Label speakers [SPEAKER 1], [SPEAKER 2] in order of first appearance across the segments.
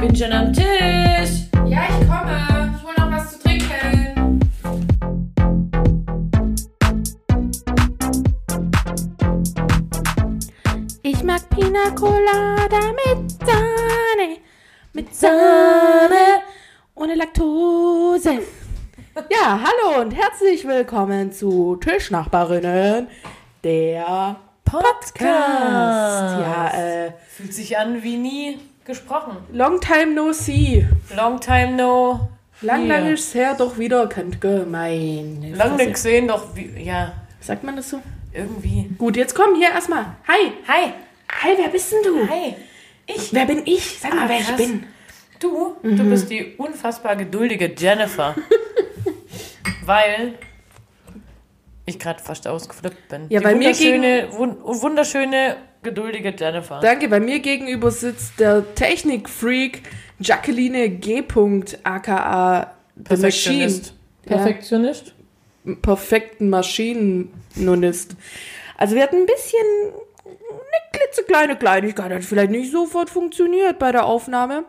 [SPEAKER 1] bin schon am Tisch.
[SPEAKER 2] Ja, ich komme. Ich hole noch was zu trinken.
[SPEAKER 3] Ich mag Pina Colada mit Sahne. Mit Sahne. Ohne Laktose. Ja, hallo und herzlich willkommen zu Tischnachbarinnen, der Podcast. Ja, äh,
[SPEAKER 1] Fühlt sich an wie nie gesprochen.
[SPEAKER 3] long time no see.
[SPEAKER 1] Long time no.
[SPEAKER 3] Lang, lang
[SPEAKER 1] Hier.
[SPEAKER 3] ist's her, doch wieder kennt gemein.
[SPEAKER 1] Lang nicht gesehen, doch wie, ja,
[SPEAKER 3] Sagt man das so?
[SPEAKER 1] irgendwie.
[SPEAKER 3] Gut, jetzt komm hier erstmal. Hi.
[SPEAKER 1] Hi,
[SPEAKER 3] Hi, wer bist denn du?
[SPEAKER 1] hi. Ich,
[SPEAKER 3] Wer bin ich? Sag mal,
[SPEAKER 1] Ah,
[SPEAKER 3] wer ich
[SPEAKER 1] krass.
[SPEAKER 3] bin.
[SPEAKER 1] du,
[SPEAKER 3] Mhm.
[SPEAKER 1] du bist die unfassbar geduldige Jennifer. weil ich gerade fast ausgeflippt bin.
[SPEAKER 3] Ja,
[SPEAKER 1] die
[SPEAKER 3] weil mir
[SPEAKER 1] wunderschöne, wun wunderschöne, geduldige Jennifer.
[SPEAKER 3] Danke, bei mir gegenüber sitzt der Technikfreak Jacqueline G. Punkt, aka The Machine.
[SPEAKER 1] Perfektionist.
[SPEAKER 3] Perfektionist? Perfekten Maschinenonist. Also wir hatten ein bisschen eine klitzekleine Kleinigkeit, hat vielleicht nicht sofort funktioniert bei der Aufnahme,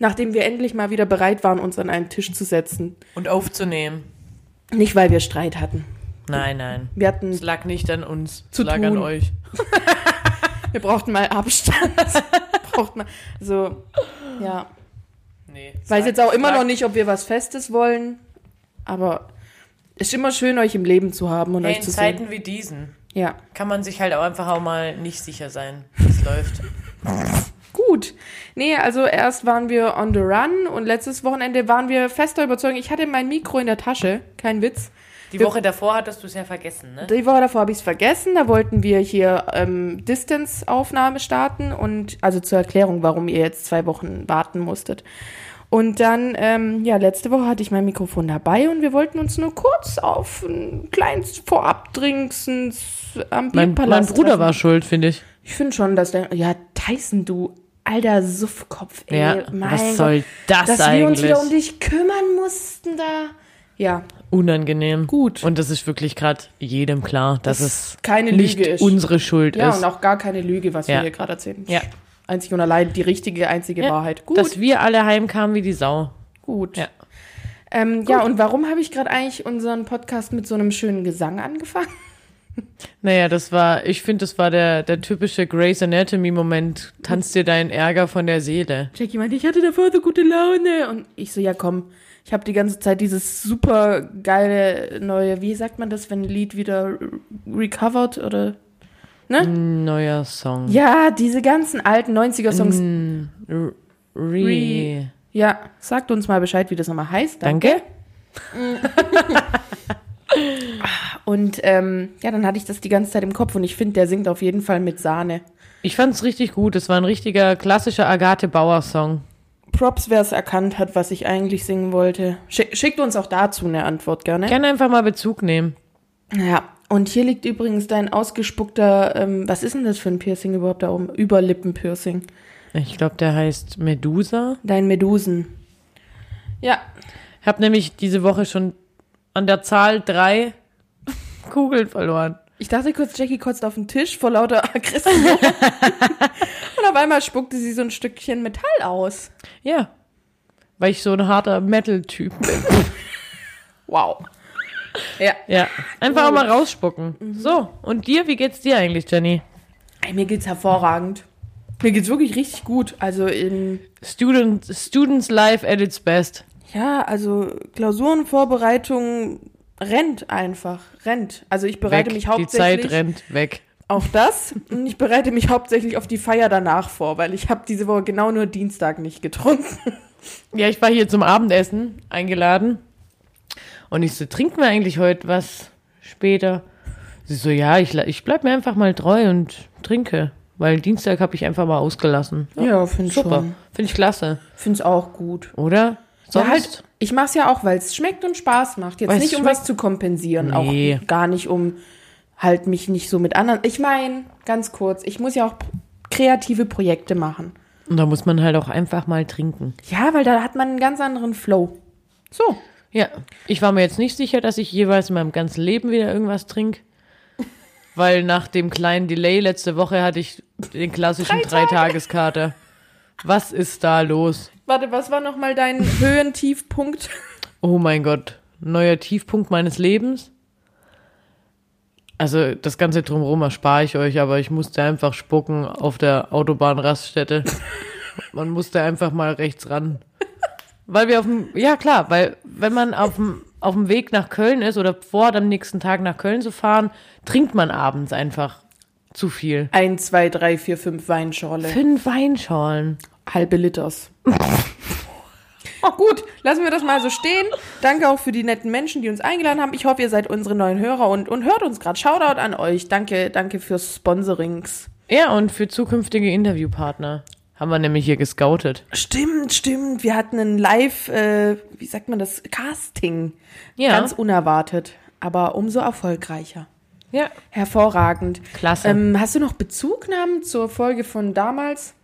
[SPEAKER 3] nachdem wir endlich mal wieder bereit waren, uns an einen Tisch zu setzen.
[SPEAKER 1] Und aufzunehmen.
[SPEAKER 3] Nicht, weil wir Streit hatten.
[SPEAKER 1] Nein, nein.
[SPEAKER 3] Wir
[SPEAKER 1] Es
[SPEAKER 3] hatten,
[SPEAKER 1] lag nicht an uns.
[SPEAKER 3] Zu
[SPEAKER 1] es lag an
[SPEAKER 3] tun.
[SPEAKER 1] euch.
[SPEAKER 3] wir brauchten mal Abstand. Braucht mal, so, ja.
[SPEAKER 1] Nee. es
[SPEAKER 3] Weiß
[SPEAKER 1] lag-
[SPEAKER 3] jetzt auch
[SPEAKER 1] es
[SPEAKER 3] immer
[SPEAKER 1] lag-
[SPEAKER 3] noch nicht, ob wir was Festes wollen, aber es ist immer schön, euch im Leben zu haben und
[SPEAKER 1] Hey,
[SPEAKER 3] euch
[SPEAKER 1] in
[SPEAKER 3] zu
[SPEAKER 1] Zeiten wie diesen
[SPEAKER 3] sehen. Ja,
[SPEAKER 1] kann man sich halt auch einfach auch mal nicht sicher sein, wie es läuft.
[SPEAKER 3] gut. Nee, also erst waren wir on the run und letztes Wochenende waren wir fester überzeugt. Ich hatte mein Mikro in der Tasche, kein Witz.
[SPEAKER 1] Die
[SPEAKER 3] Wir-
[SPEAKER 1] Woche davor hattest du es ja vergessen, ne?
[SPEAKER 3] Die Woche davor habe ich es vergessen. Da wollten wir hier ähm, Distance-Aufnahme starten und also zur Erklärung, warum ihr jetzt zwei Wochen warten musstet. Und dann, ähm, ja, letzte Woche hatte ich mein Mikrofon dabei und wir wollten uns nur kurz auf ein kleines Vorabdrinks ins- am Bierpalast treffen.
[SPEAKER 1] schuld, finde ich.
[SPEAKER 3] Ich finde schon, dass der. Ja, Tyson, du alter Suffkopf, ey. mein Gott.
[SPEAKER 1] das
[SPEAKER 3] Dass wir uns wieder um dich kümmern mussten da. Ja,
[SPEAKER 1] Unangenehm.
[SPEAKER 3] Gut.
[SPEAKER 1] Und das ist wirklich gerade jedem klar, dass
[SPEAKER 3] Das es keine nicht Lüge ist.
[SPEAKER 1] unsere Schuld
[SPEAKER 3] ja und auch gar keine Lüge, was
[SPEAKER 1] Ja.
[SPEAKER 3] wir hier gerade erzählen.
[SPEAKER 1] Ja.
[SPEAKER 3] Einzig und allein die richtige, einzige Wahrheit. Gut,
[SPEAKER 1] wir alle heimkamen wie die Sau.
[SPEAKER 3] gut.
[SPEAKER 1] Ja.
[SPEAKER 3] Ähm, ja, und warum habe ich gerade eigentlich unseren Podcast mit so einem schönen Gesang angefangen?
[SPEAKER 4] Naja, das war, ich finde, das war der, der typische Grey's Anatomy-Moment. Tanz dir deinen Ärger von der Seele.
[SPEAKER 3] Jackie meinte, ich hatte davor so gute Laune. Und ich so, ja komm, ich habe die ganze Zeit dieses super geile neue, wie sagt man das, wenn ein Lied wieder re- recovered oder... ne? Mm.
[SPEAKER 4] Neuer Song.
[SPEAKER 3] Ja, diese ganzen alten 90er-Songs.
[SPEAKER 4] R
[SPEAKER 3] Re-
[SPEAKER 4] Re.
[SPEAKER 3] Ja, sagt uns mal Bescheid, wie das nochmal heißt. Danke.
[SPEAKER 4] Danke.
[SPEAKER 3] Und ähm, ja, dann hatte ich das die ganze Zeit im Kopf und ich finde, der singt auf jeden Fall mit Sahne.
[SPEAKER 4] Ich fand's richtig gut. Es war ein richtiger klassischer Agathe Bauer-Song.
[SPEAKER 3] Props, wer es erkannt hat, was ich eigentlich singen wollte. Schick, schickt uns auch dazu eine Antwort gerne.
[SPEAKER 4] Gerne einfach mal Bezug nehmen.
[SPEAKER 3] Ja, und hier liegt übrigens dein ausgespuckter, ähm, was ist denn das für ein Piercing überhaupt da oben? Überlippenpiercing.
[SPEAKER 4] Ich glaube, der heißt Medusa.
[SPEAKER 3] Dein Medusen. Ja,
[SPEAKER 4] Ich habe nämlich diese Woche schon an der Zahl drei Kugeln verloren.
[SPEAKER 3] ich dachte kurz, Jackie kotzt auf den Tisch vor lauter Aggression. und auf einmal spuckte sie so ein Stückchen Metall aus.
[SPEAKER 4] Ja. Weil ich so ein harter Metal-Typ bin.
[SPEAKER 3] Wow. Ja.
[SPEAKER 4] Ja. Einfach auch mal rausspucken.
[SPEAKER 3] Mhm.
[SPEAKER 4] So. Und dir, wie geht's dir eigentlich, Jenny?
[SPEAKER 3] Ey, mir geht's hervorragend. Mir geht's wirklich richtig gut. Also in
[SPEAKER 4] Student, students life at its best.
[SPEAKER 3] Ja, also Klausurenvorbereitung rennt einfach, rennt. Also ich bereite
[SPEAKER 4] weg.
[SPEAKER 3] mich
[SPEAKER 4] Die Zeit
[SPEAKER 3] hauptsächlich
[SPEAKER 4] rennt weg.
[SPEAKER 3] auf das und ich bereite mich hauptsächlich auf die Feier danach vor, weil ich habe diese Woche genau nur Dienstag nicht getrunken.
[SPEAKER 4] Ja, ich war hier zum Abendessen eingeladen und ich so, trinken wir eigentlich heute was später? Sie so, ja, ich, la- ich bleib mir einfach mal treu und trinke, weil Dienstag habe ich einfach mal ausgelassen.
[SPEAKER 3] Ja, finde
[SPEAKER 4] Super, finde ich klasse,
[SPEAKER 3] Find's auch gut.
[SPEAKER 4] oder? Sonst?
[SPEAKER 3] Ja, halt, ich mach's ja auch, weil es schmeckt und Spaß macht. Jetzt
[SPEAKER 4] Weil's
[SPEAKER 3] nicht, um
[SPEAKER 4] schmeckt-
[SPEAKER 3] was zu kompensieren,
[SPEAKER 4] Nee.
[SPEAKER 3] auch gar nicht, um halt mich nicht so mit anderen. Ich meine, ganz kurz, ich muss ja auch kreative Projekte machen.
[SPEAKER 4] Und da muss man halt auch einfach mal trinken.
[SPEAKER 3] Ja, weil da hat man einen ganz anderen Flow. So.
[SPEAKER 4] Ja, ich war mir jetzt nicht sicher, dass ich jeweils in meinem ganzen Leben wieder irgendwas trinke. Weil nach dem kleinen Delay letzte Woche hatte ich den klassischen Dreitageskater. Was ist da los?
[SPEAKER 3] Warte, was war nochmal dein Höhentiefpunkt?
[SPEAKER 4] Oh mein Gott, neuer Tiefpunkt meines Lebens. Also das ganze drumherum erspare ich euch, aber ich musste einfach spucken auf der Autobahnraststätte. Man musste einfach mal rechts ran. Weil wir auf dem, ja klar, weil wenn man auf dem, auf dem Weg nach Köln ist oder vor am nächsten Tag nach Köln zu fahren, trinkt man abends einfach zu viel.
[SPEAKER 3] Ein, zwei, drei, vier, fünf Weinschorle.
[SPEAKER 4] Fünf Weinschorlen.
[SPEAKER 3] Halbe Liters. Oh, Gut, lassen wir das mal so stehen. Danke auch für die netten Menschen, die uns eingeladen haben. Ich hoffe, ihr seid unsere neuen Hörer und, und hört uns gerade. Shoutout an euch. Danke, danke fürs Sponsorings.
[SPEAKER 4] Ja, und für zukünftige Interviewpartner haben wir nämlich hier gescoutet.
[SPEAKER 3] Stimmt, stimmt. Wir hatten ein Live, äh, wie sagt man das, Casting.
[SPEAKER 4] Ja.
[SPEAKER 3] Ganz unerwartet, aber umso erfolgreicher.
[SPEAKER 4] Ja.
[SPEAKER 3] Hervorragend.
[SPEAKER 4] Klasse.
[SPEAKER 3] Ähm, hast du noch Bezugnahmen zur Folge von damals?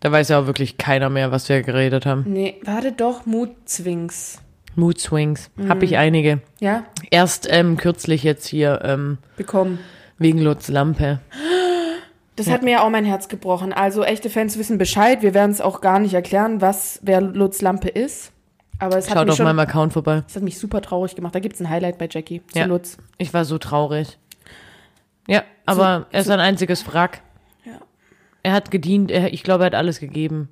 [SPEAKER 4] Da weiß ja auch wirklich keiner mehr, was wir geredet haben.
[SPEAKER 3] Nee, warte doch, Mutzwings.
[SPEAKER 4] Mood Swings.
[SPEAKER 3] Mhm.
[SPEAKER 4] Hab ich einige.
[SPEAKER 3] Ja,
[SPEAKER 4] Erst ähm, kürzlich jetzt hier ähm,
[SPEAKER 3] bekommen.
[SPEAKER 4] wegen Lutz Lampe.
[SPEAKER 3] Das hat mir ja auch mein Herz gebrochen. Also echte Fans wissen Bescheid. Wir werden es auch gar nicht erklären, was wer Lutz Lampe ist. Aber es hat
[SPEAKER 4] Schaut
[SPEAKER 3] mich,
[SPEAKER 4] auf
[SPEAKER 3] schon,
[SPEAKER 4] meinem Account vorbei.
[SPEAKER 3] es hat mich super traurig gemacht. Da gibt es ein Highlight bei Jackie zu
[SPEAKER 4] Ja.
[SPEAKER 3] Lutz.
[SPEAKER 4] Ich war so traurig. Ja, aber er ist ein einziges Wrack.
[SPEAKER 3] Ja.
[SPEAKER 4] Er hat gedient. Er, ich glaube, er hat alles gegeben.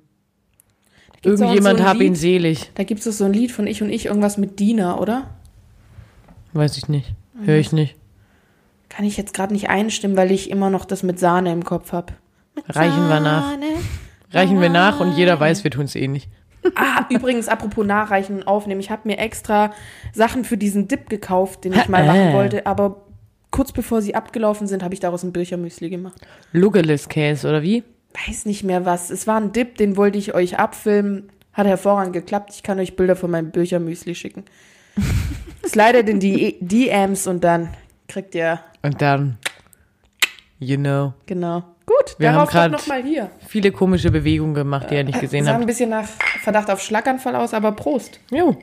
[SPEAKER 3] gibt's auch
[SPEAKER 4] Irgendjemand
[SPEAKER 3] so ein
[SPEAKER 4] hab ihn
[SPEAKER 3] Lied.
[SPEAKER 4] selig.
[SPEAKER 3] Da gibt es so ein Lied von Ich und Ich, irgendwas mit Dina, oder?
[SPEAKER 4] Weiß ich nicht. Höre ich nicht.
[SPEAKER 3] Kann ich jetzt gerade nicht einstimmen, weil ich immer noch das mit Sahne im Kopf habe.
[SPEAKER 4] Reichen wir nach. Reichen wir nach und jeder weiß, wir tun es eh nicht.
[SPEAKER 3] Ah, übrigens, apropos Nachreichen und Aufnehmen. Ich habe mir extra Sachen für diesen Dip gekauft, den ich mal machen
[SPEAKER 4] Äh.
[SPEAKER 3] wollte. Aber kurz bevor sie abgelaufen sind, habe ich daraus ein Büchermüsli gemacht.
[SPEAKER 4] Lugelis Case, oder wie?
[SPEAKER 3] weiß nicht mehr was. Es war ein Dip, den wollte ich euch abfilmen. Hat hervorragend geklappt. Ich kann euch Bilder von meinem Büchermüsli schicken. Slidet in die DMs und dann kriegt ihr,
[SPEAKER 4] Und dann, you know.
[SPEAKER 3] genau. Gut,
[SPEAKER 4] Wir
[SPEAKER 3] darauf
[SPEAKER 4] haben grad
[SPEAKER 3] doch nochmal hier.
[SPEAKER 4] viele komische Bewegungen gemacht, die ihr nicht gesehen
[SPEAKER 3] sah ein
[SPEAKER 4] habt.
[SPEAKER 3] bisschen nach Verdacht auf Schlaganfall aus, aber Prost.
[SPEAKER 4] Jo.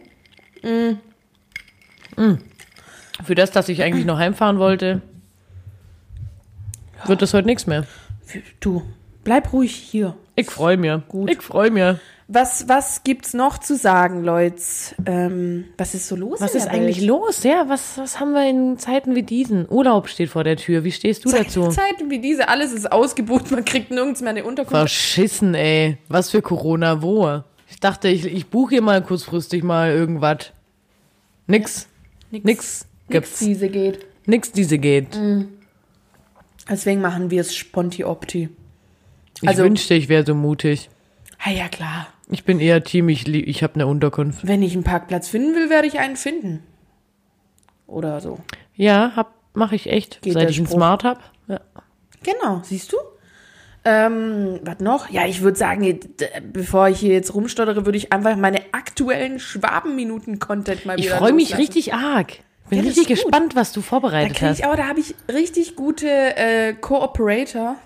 [SPEAKER 4] Mm. Für das, dass ich eigentlich noch heimfahren wollte, wird das heute nichts mehr.
[SPEAKER 3] Du, bleib ruhig hier.
[SPEAKER 4] Ich freue mir.
[SPEAKER 3] Gut.
[SPEAKER 4] Ich freue mir.
[SPEAKER 3] Was, was gibt's noch zu sagen, Leute? Ähm, was ist so los?
[SPEAKER 4] Was
[SPEAKER 3] in
[SPEAKER 4] ist
[SPEAKER 3] der
[SPEAKER 4] eigentlich
[SPEAKER 3] Welt?
[SPEAKER 4] los? Ja, was, was haben wir in Zeiten wie diesen? Urlaub steht vor der Tür. Wie stehst du dazu?
[SPEAKER 3] Zeiten wie diese, alles ist ausgebucht, man kriegt nirgends mehr eine Unterkunft.
[SPEAKER 4] Verschissen, ey. Was für Corona, wo? Ich dachte, ich, ich buche hier mal kurzfristig mal irgendwas. Nix. Nix.
[SPEAKER 3] Nix Mm.
[SPEAKER 4] Gibt's.
[SPEAKER 3] diese geht.
[SPEAKER 4] Nix, diese geht.
[SPEAKER 3] Deswegen machen wir es Sponti-Opti.
[SPEAKER 4] Ich
[SPEAKER 3] Also-
[SPEAKER 4] wünschte, ich wäre so mutig.
[SPEAKER 3] Ah ja, klar.
[SPEAKER 4] Ich bin eher Team, ich, lieb- ich habe eine Unterkunft.
[SPEAKER 3] Wenn ich einen Parkplatz finden will, werde ich einen finden. Oder so.
[SPEAKER 4] Ja, hab, mache ich echt,
[SPEAKER 3] Geht
[SPEAKER 4] seit
[SPEAKER 3] der
[SPEAKER 4] ich ein
[SPEAKER 3] Spruch.
[SPEAKER 4] Smart hab. Ja.
[SPEAKER 3] Genau, siehst du? Ähm, was noch? Ja, ich würde sagen, d- bevor ich hier jetzt rumstoddere, würde ich einfach meine aktuellen Schwabenminuten-Content mal
[SPEAKER 4] Ich
[SPEAKER 3] wieder
[SPEAKER 4] freue mich
[SPEAKER 3] loslassen.
[SPEAKER 4] richtig arg. Bin
[SPEAKER 3] Ja, das
[SPEAKER 4] richtig
[SPEAKER 3] ist gut.
[SPEAKER 4] gespannt, was du
[SPEAKER 3] Da
[SPEAKER 4] vorbereitet
[SPEAKER 3] krieg
[SPEAKER 4] hast.
[SPEAKER 3] ich, aber da habe ich richtig gute äh, Cooperator,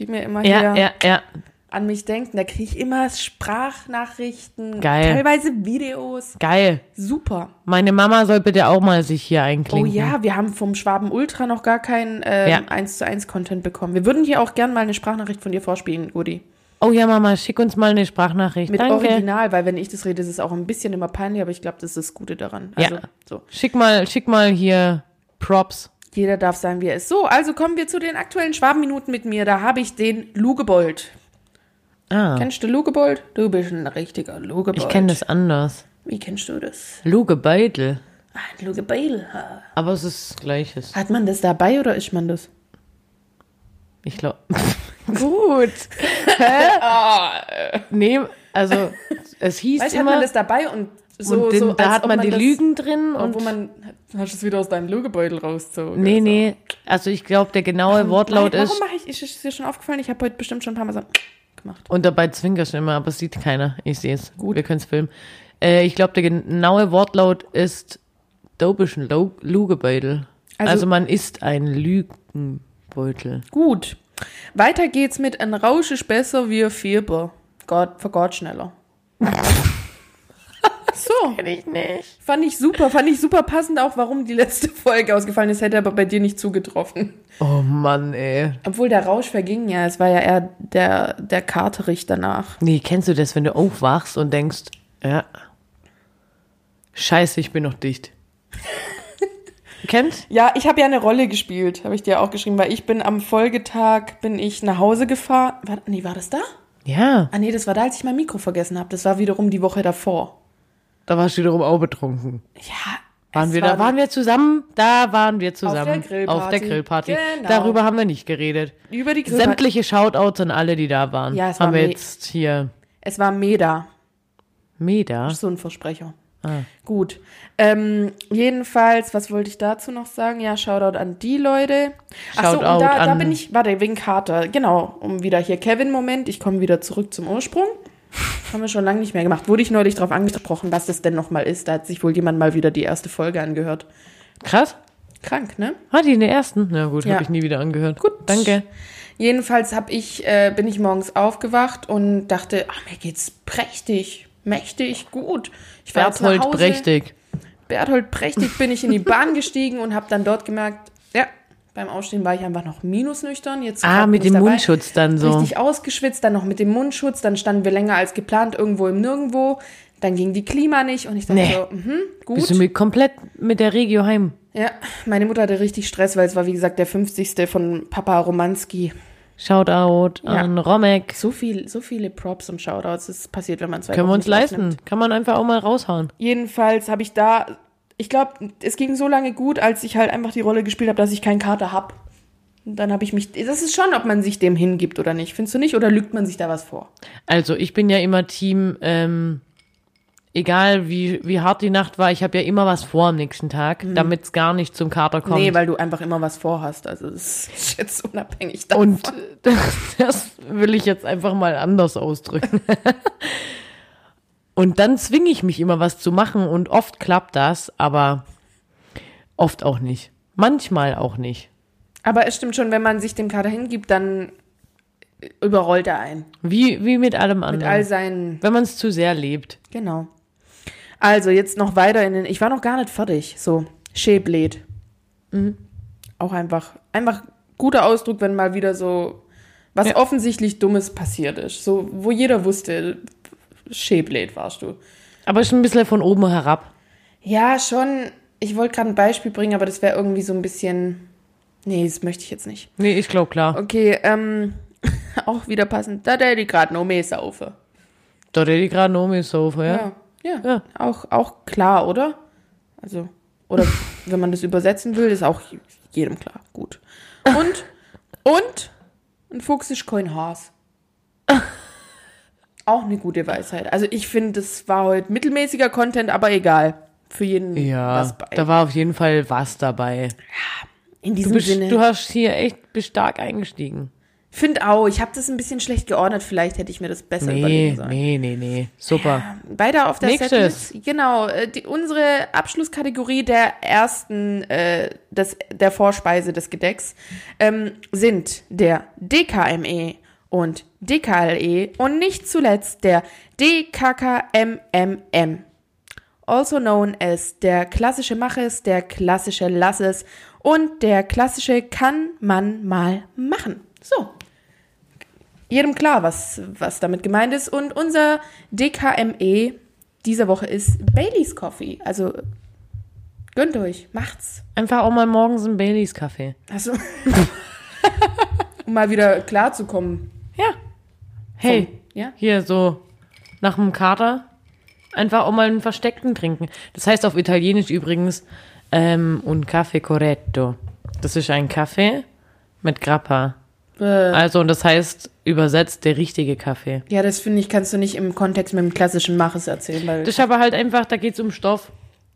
[SPEAKER 3] die mir immer
[SPEAKER 4] Ja,
[SPEAKER 3] hier
[SPEAKER 4] ja, ja.
[SPEAKER 3] an mich denken. Da kriege ich immer Sprachnachrichten,
[SPEAKER 4] Geil.
[SPEAKER 3] teilweise Videos.
[SPEAKER 4] Geil.
[SPEAKER 3] Super.
[SPEAKER 4] Meine Mama soll bitte auch mal sich hier
[SPEAKER 3] Oh
[SPEAKER 4] einklinken.
[SPEAKER 3] ja, wir haben vom Schwaben Ultra noch gar keinen
[SPEAKER 4] Ja.
[SPEAKER 3] ähm, 1 zu 1 Content bekommen. Wir würden hier auch gern mal eine Sprachnachricht von dir vorspielen, Gudi.
[SPEAKER 4] Oh ja, Mama, schick uns mal eine Sprachnachricht.
[SPEAKER 3] Mit
[SPEAKER 4] Danke.
[SPEAKER 3] Original, weil wenn ich das rede, ist es auch ein bisschen immer peinlich, aber ich glaube, das ist das Gute daran.
[SPEAKER 4] Ja.
[SPEAKER 3] Also so.
[SPEAKER 4] Schick mal, schick mal hier Props.
[SPEAKER 3] Jeder darf sein, wie er ist. So, also kommen wir zu den aktuellen Schwabenminuten mit mir. Da habe ich den Lugebold.
[SPEAKER 4] Ah,
[SPEAKER 3] Kennst du Lugebold? Du bist ein richtiger Lugebold.
[SPEAKER 4] ich kenne das anders.
[SPEAKER 3] Wie kennst du das? Ah,
[SPEAKER 4] Luge Beitel.
[SPEAKER 3] Ein Lugebold.
[SPEAKER 4] Aber es ist Gleiches.
[SPEAKER 3] Hat man das dabei oder ist man das?
[SPEAKER 4] Ich glaube. Gut. Hä? nee, also es hieß
[SPEAKER 3] Weißt du, hat
[SPEAKER 4] immer,
[SPEAKER 3] man das dabei und so,
[SPEAKER 4] und den,
[SPEAKER 3] so
[SPEAKER 4] da
[SPEAKER 3] als
[SPEAKER 4] hat
[SPEAKER 3] ob
[SPEAKER 4] man die
[SPEAKER 3] das-
[SPEAKER 4] Lügen drin und
[SPEAKER 3] Und wo man hast du es wieder aus deinem Lugebeutel rauszogen.
[SPEAKER 4] Nee, nee. Also ich glaube, der genaue Wortlaut
[SPEAKER 3] Warum
[SPEAKER 4] ist
[SPEAKER 3] mache ich, ist es dir schon aufgefallen? Ich habe heute bestimmt schon ein paar Mal so gemacht.
[SPEAKER 4] und dabei zwinkerst du immer, aber es sieht keiner. Ich sehe es. Gut, wir können es filmen. Äh, ich glaube, der genaue Wortlaut ist dobischen Lo- Lugebeutel.
[SPEAKER 3] Also-
[SPEAKER 4] Also, man ist ein Lügenbeutel.
[SPEAKER 3] Gut. Weiter geht's mit ein Rausch ist besser wie ein Fieber. Gott, für Gott schneller. so. Genau.
[SPEAKER 4] Kenn ich nicht.
[SPEAKER 3] Fand ich super, fand ich super passend auch, warum die letzte Folge ausgefallen ist, hätte aber bei dir nicht zugetroffen.
[SPEAKER 4] Oh Mann, ey.
[SPEAKER 3] Obwohl der Rausch verging ja, es war ja eher der, der Katerich danach.
[SPEAKER 4] Nee, kennst du das, wenn du aufwachst und denkst, ja, scheiße, ich bin noch dicht. Kennt?
[SPEAKER 3] Ja, ich habe ja eine Rolle gespielt, habe ich dir auch geschrieben, weil ich bin am Folgetag, bin ich nach Hause gefahren. War, nee, war das da?
[SPEAKER 4] Ja,
[SPEAKER 3] Ah nee, das war da, als ich mein Mikro vergessen habe. Das war wiederum die Woche davor.
[SPEAKER 4] da warst du wiederum auch betrunken.
[SPEAKER 3] Ja.
[SPEAKER 4] Waren
[SPEAKER 3] es
[SPEAKER 4] wir
[SPEAKER 3] war-
[SPEAKER 4] da? Waren wir zusammen? Da waren wir zusammen.
[SPEAKER 3] der
[SPEAKER 4] Auf der
[SPEAKER 3] Grillparty.
[SPEAKER 4] Grillparty.
[SPEAKER 3] Genau.
[SPEAKER 4] Darüber haben wir nicht geredet.
[SPEAKER 3] Über die Grillparty.
[SPEAKER 4] Sämtliche Shoutouts an alle, die da waren.
[SPEAKER 3] Ja, es
[SPEAKER 4] haben
[SPEAKER 3] war
[SPEAKER 4] wir
[SPEAKER 3] me-
[SPEAKER 4] jetzt hier
[SPEAKER 3] Es war Meda.
[SPEAKER 4] Meda.
[SPEAKER 3] So ein Versprecher.
[SPEAKER 4] Ah.
[SPEAKER 3] Gut. Ähm, jedenfalls, was wollte ich dazu noch sagen? Ja, Shoutout an die Leute. Achso, und
[SPEAKER 4] Shoutout
[SPEAKER 3] da, da
[SPEAKER 4] an-
[SPEAKER 3] bin ich, warte, wegen Kater. Genau, um wieder hier Kevin-Moment. Ich komme wieder zurück zum Ursprung. Haben wir schon lange nicht mehr gemacht. Wurde ich neulich darauf angesprochen, was das denn nochmal ist. Da hat sich wohl jemand mal wieder die erste Folge angehört.
[SPEAKER 4] Krass.
[SPEAKER 3] Krank, ne?
[SPEAKER 4] War Ah, die in der ersten? Na gut,
[SPEAKER 3] Ja.
[SPEAKER 4] habe ich nie wieder angehört.
[SPEAKER 3] Gut.
[SPEAKER 4] Danke.
[SPEAKER 3] Jedenfalls hab ich, äh, bin ich morgens aufgewacht und dachte, ach, mir geht's prächtig, mächtig, gut. Ich war jetzt nach
[SPEAKER 4] Berthold
[SPEAKER 3] Hause.
[SPEAKER 4] Brechtig.
[SPEAKER 3] Berthold Prächtig bin ich in die Bahn gestiegen und habe dann dort gemerkt, ja, beim Aufstehen war ich einfach noch minusnüchtern. Jetzt
[SPEAKER 4] Ah,
[SPEAKER 3] grad
[SPEAKER 4] mit
[SPEAKER 3] bin ich
[SPEAKER 4] dem
[SPEAKER 3] dabei.
[SPEAKER 4] Mundschutz dann so.
[SPEAKER 3] Richtig ausgeschwitzt, dann noch mit dem Mundschutz, dann standen wir länger als geplant irgendwo im Nirgendwo. Dann ging die Klima nicht und ich dachte
[SPEAKER 4] Nee.
[SPEAKER 3] so, mhm, gut.
[SPEAKER 4] Bist du mit, komplett mit der Regio heim?
[SPEAKER 3] ja, meine Mutter hatte richtig Stress, weil es war wie gesagt der 50. von Papa Romanski.
[SPEAKER 4] Shoutout
[SPEAKER 3] Ja.
[SPEAKER 4] an Romek.
[SPEAKER 3] So viel, so viele Props und Shoutouts, das passiert, wenn man zwei
[SPEAKER 4] Können wir
[SPEAKER 3] Wochen
[SPEAKER 4] uns
[SPEAKER 3] nicht
[SPEAKER 4] leisten.
[SPEAKER 3] aufnimmt.
[SPEAKER 4] Kann man einfach auch mal raushauen.
[SPEAKER 3] Jedenfalls habe ich da, ich glaube, es ging so lange gut, als ich halt einfach die Rolle gespielt habe, dass ich keinen Kater habe. Und dann habe ich mich, das ist schon, ob man sich dem hingibt oder nicht. Findest du nicht? Oder lügt man sich da was vor?
[SPEAKER 4] Also ich bin ja immer Team, ähm, egal wie, wie hart die Nacht war, ich habe ja immer was vor am nächsten Tag, damit es gar nicht zum Kater kommt.
[SPEAKER 3] Mhm. Nee, weil du einfach immer was vorhast. Also das ist jetzt unabhängig davon.
[SPEAKER 4] Und das, das will ich jetzt einfach mal anders ausdrücken. Und dann zwinge ich mich immer was zu machen und oft klappt das, aber oft auch nicht. Manchmal auch nicht.
[SPEAKER 3] Aber es stimmt schon, wenn man sich dem Kater hingibt, dann überrollt er einen.
[SPEAKER 4] Wie, wie mit allem anderen.
[SPEAKER 3] Mit all seinen,
[SPEAKER 4] Wenn man es zu sehr lebt.
[SPEAKER 3] genau. Also jetzt noch weiter in den, ich war noch gar nicht fertig. So, Schäbläd. Mhm. Auch einfach, einfach guter Ausdruck, wenn mal wieder so was
[SPEAKER 4] Ja.
[SPEAKER 3] offensichtlich Dummes passiert ist. So, wo jeder wusste, Schäbläd warst du.
[SPEAKER 4] Aber schon ein bisschen von oben herab.
[SPEAKER 3] Ja, schon. Ich wollte gerade ein Beispiel bringen, aber das wäre irgendwie so ein bisschen. Nee, das möchte ich jetzt nicht.
[SPEAKER 4] Nee, ich glaube klar.
[SPEAKER 3] Okay, ähm, auch wieder passend. Da der die gerade noch mehr saufe.
[SPEAKER 4] Da redet die gerade Nomi so, ja.
[SPEAKER 3] Ja, ja.
[SPEAKER 4] Ja.
[SPEAKER 3] Auch, auch klar, oder? Also, oder wenn man das übersetzen will, ist auch jedem klar. Gut. Und, und ein Fuchs ist kein Haas. Auch eine gute Weisheit. Also ich finde, das war heute mittelmäßiger Content, aber egal. Für jeden
[SPEAKER 4] Ja,
[SPEAKER 3] was bei.
[SPEAKER 4] da war auf jeden Fall was dabei.
[SPEAKER 3] In
[SPEAKER 4] Du,
[SPEAKER 3] diesem
[SPEAKER 4] bist,
[SPEAKER 3] Sinne.
[SPEAKER 4] du hast hier echt bist stark eingestiegen.
[SPEAKER 3] Find auch, ich habe das ein bisschen schlecht geordnet. Vielleicht hätte ich mir das besser
[SPEAKER 4] Nee,
[SPEAKER 3] überlegen sollen.
[SPEAKER 4] nee, nee, nee. Super.
[SPEAKER 3] Weiter auf der
[SPEAKER 4] Nächstes.
[SPEAKER 3] Setlist. Genau, äh, die, unsere Abschlusskategorie der ersten, äh, des, der Vorspeise des Gedecks ähm, sind der DKME E und DKLE E und nicht zuletzt der DKKMMM. Also known as der klassische Maches, der klassische Lasses und der klassische kann man mal machen. So, jedem klar, was, was damit gemeint ist. Und unser DKME E dieser Woche ist Baileys Coffee. Also gönnt euch, macht's.
[SPEAKER 4] Einfach auch mal morgens einen Baileys Kaffee.
[SPEAKER 3] Also, um mal wieder klarzukommen.
[SPEAKER 4] Ja. Hey,
[SPEAKER 3] Ja?
[SPEAKER 4] hier so nach dem Kater einfach auch mal einen versteckten trinken. Das heißt auf Italienisch übrigens ähm, un Kaffee corretto. Das ist ein Kaffee mit Grappa.
[SPEAKER 3] Äh,
[SPEAKER 4] Also und das heißt übersetzt der richtige Kaffee.
[SPEAKER 3] ja, das finde ich, kannst du nicht im Kontext mit dem klassischen Maches erzählen. Weil
[SPEAKER 4] Das ist aber halt einfach, da geht's um Stoff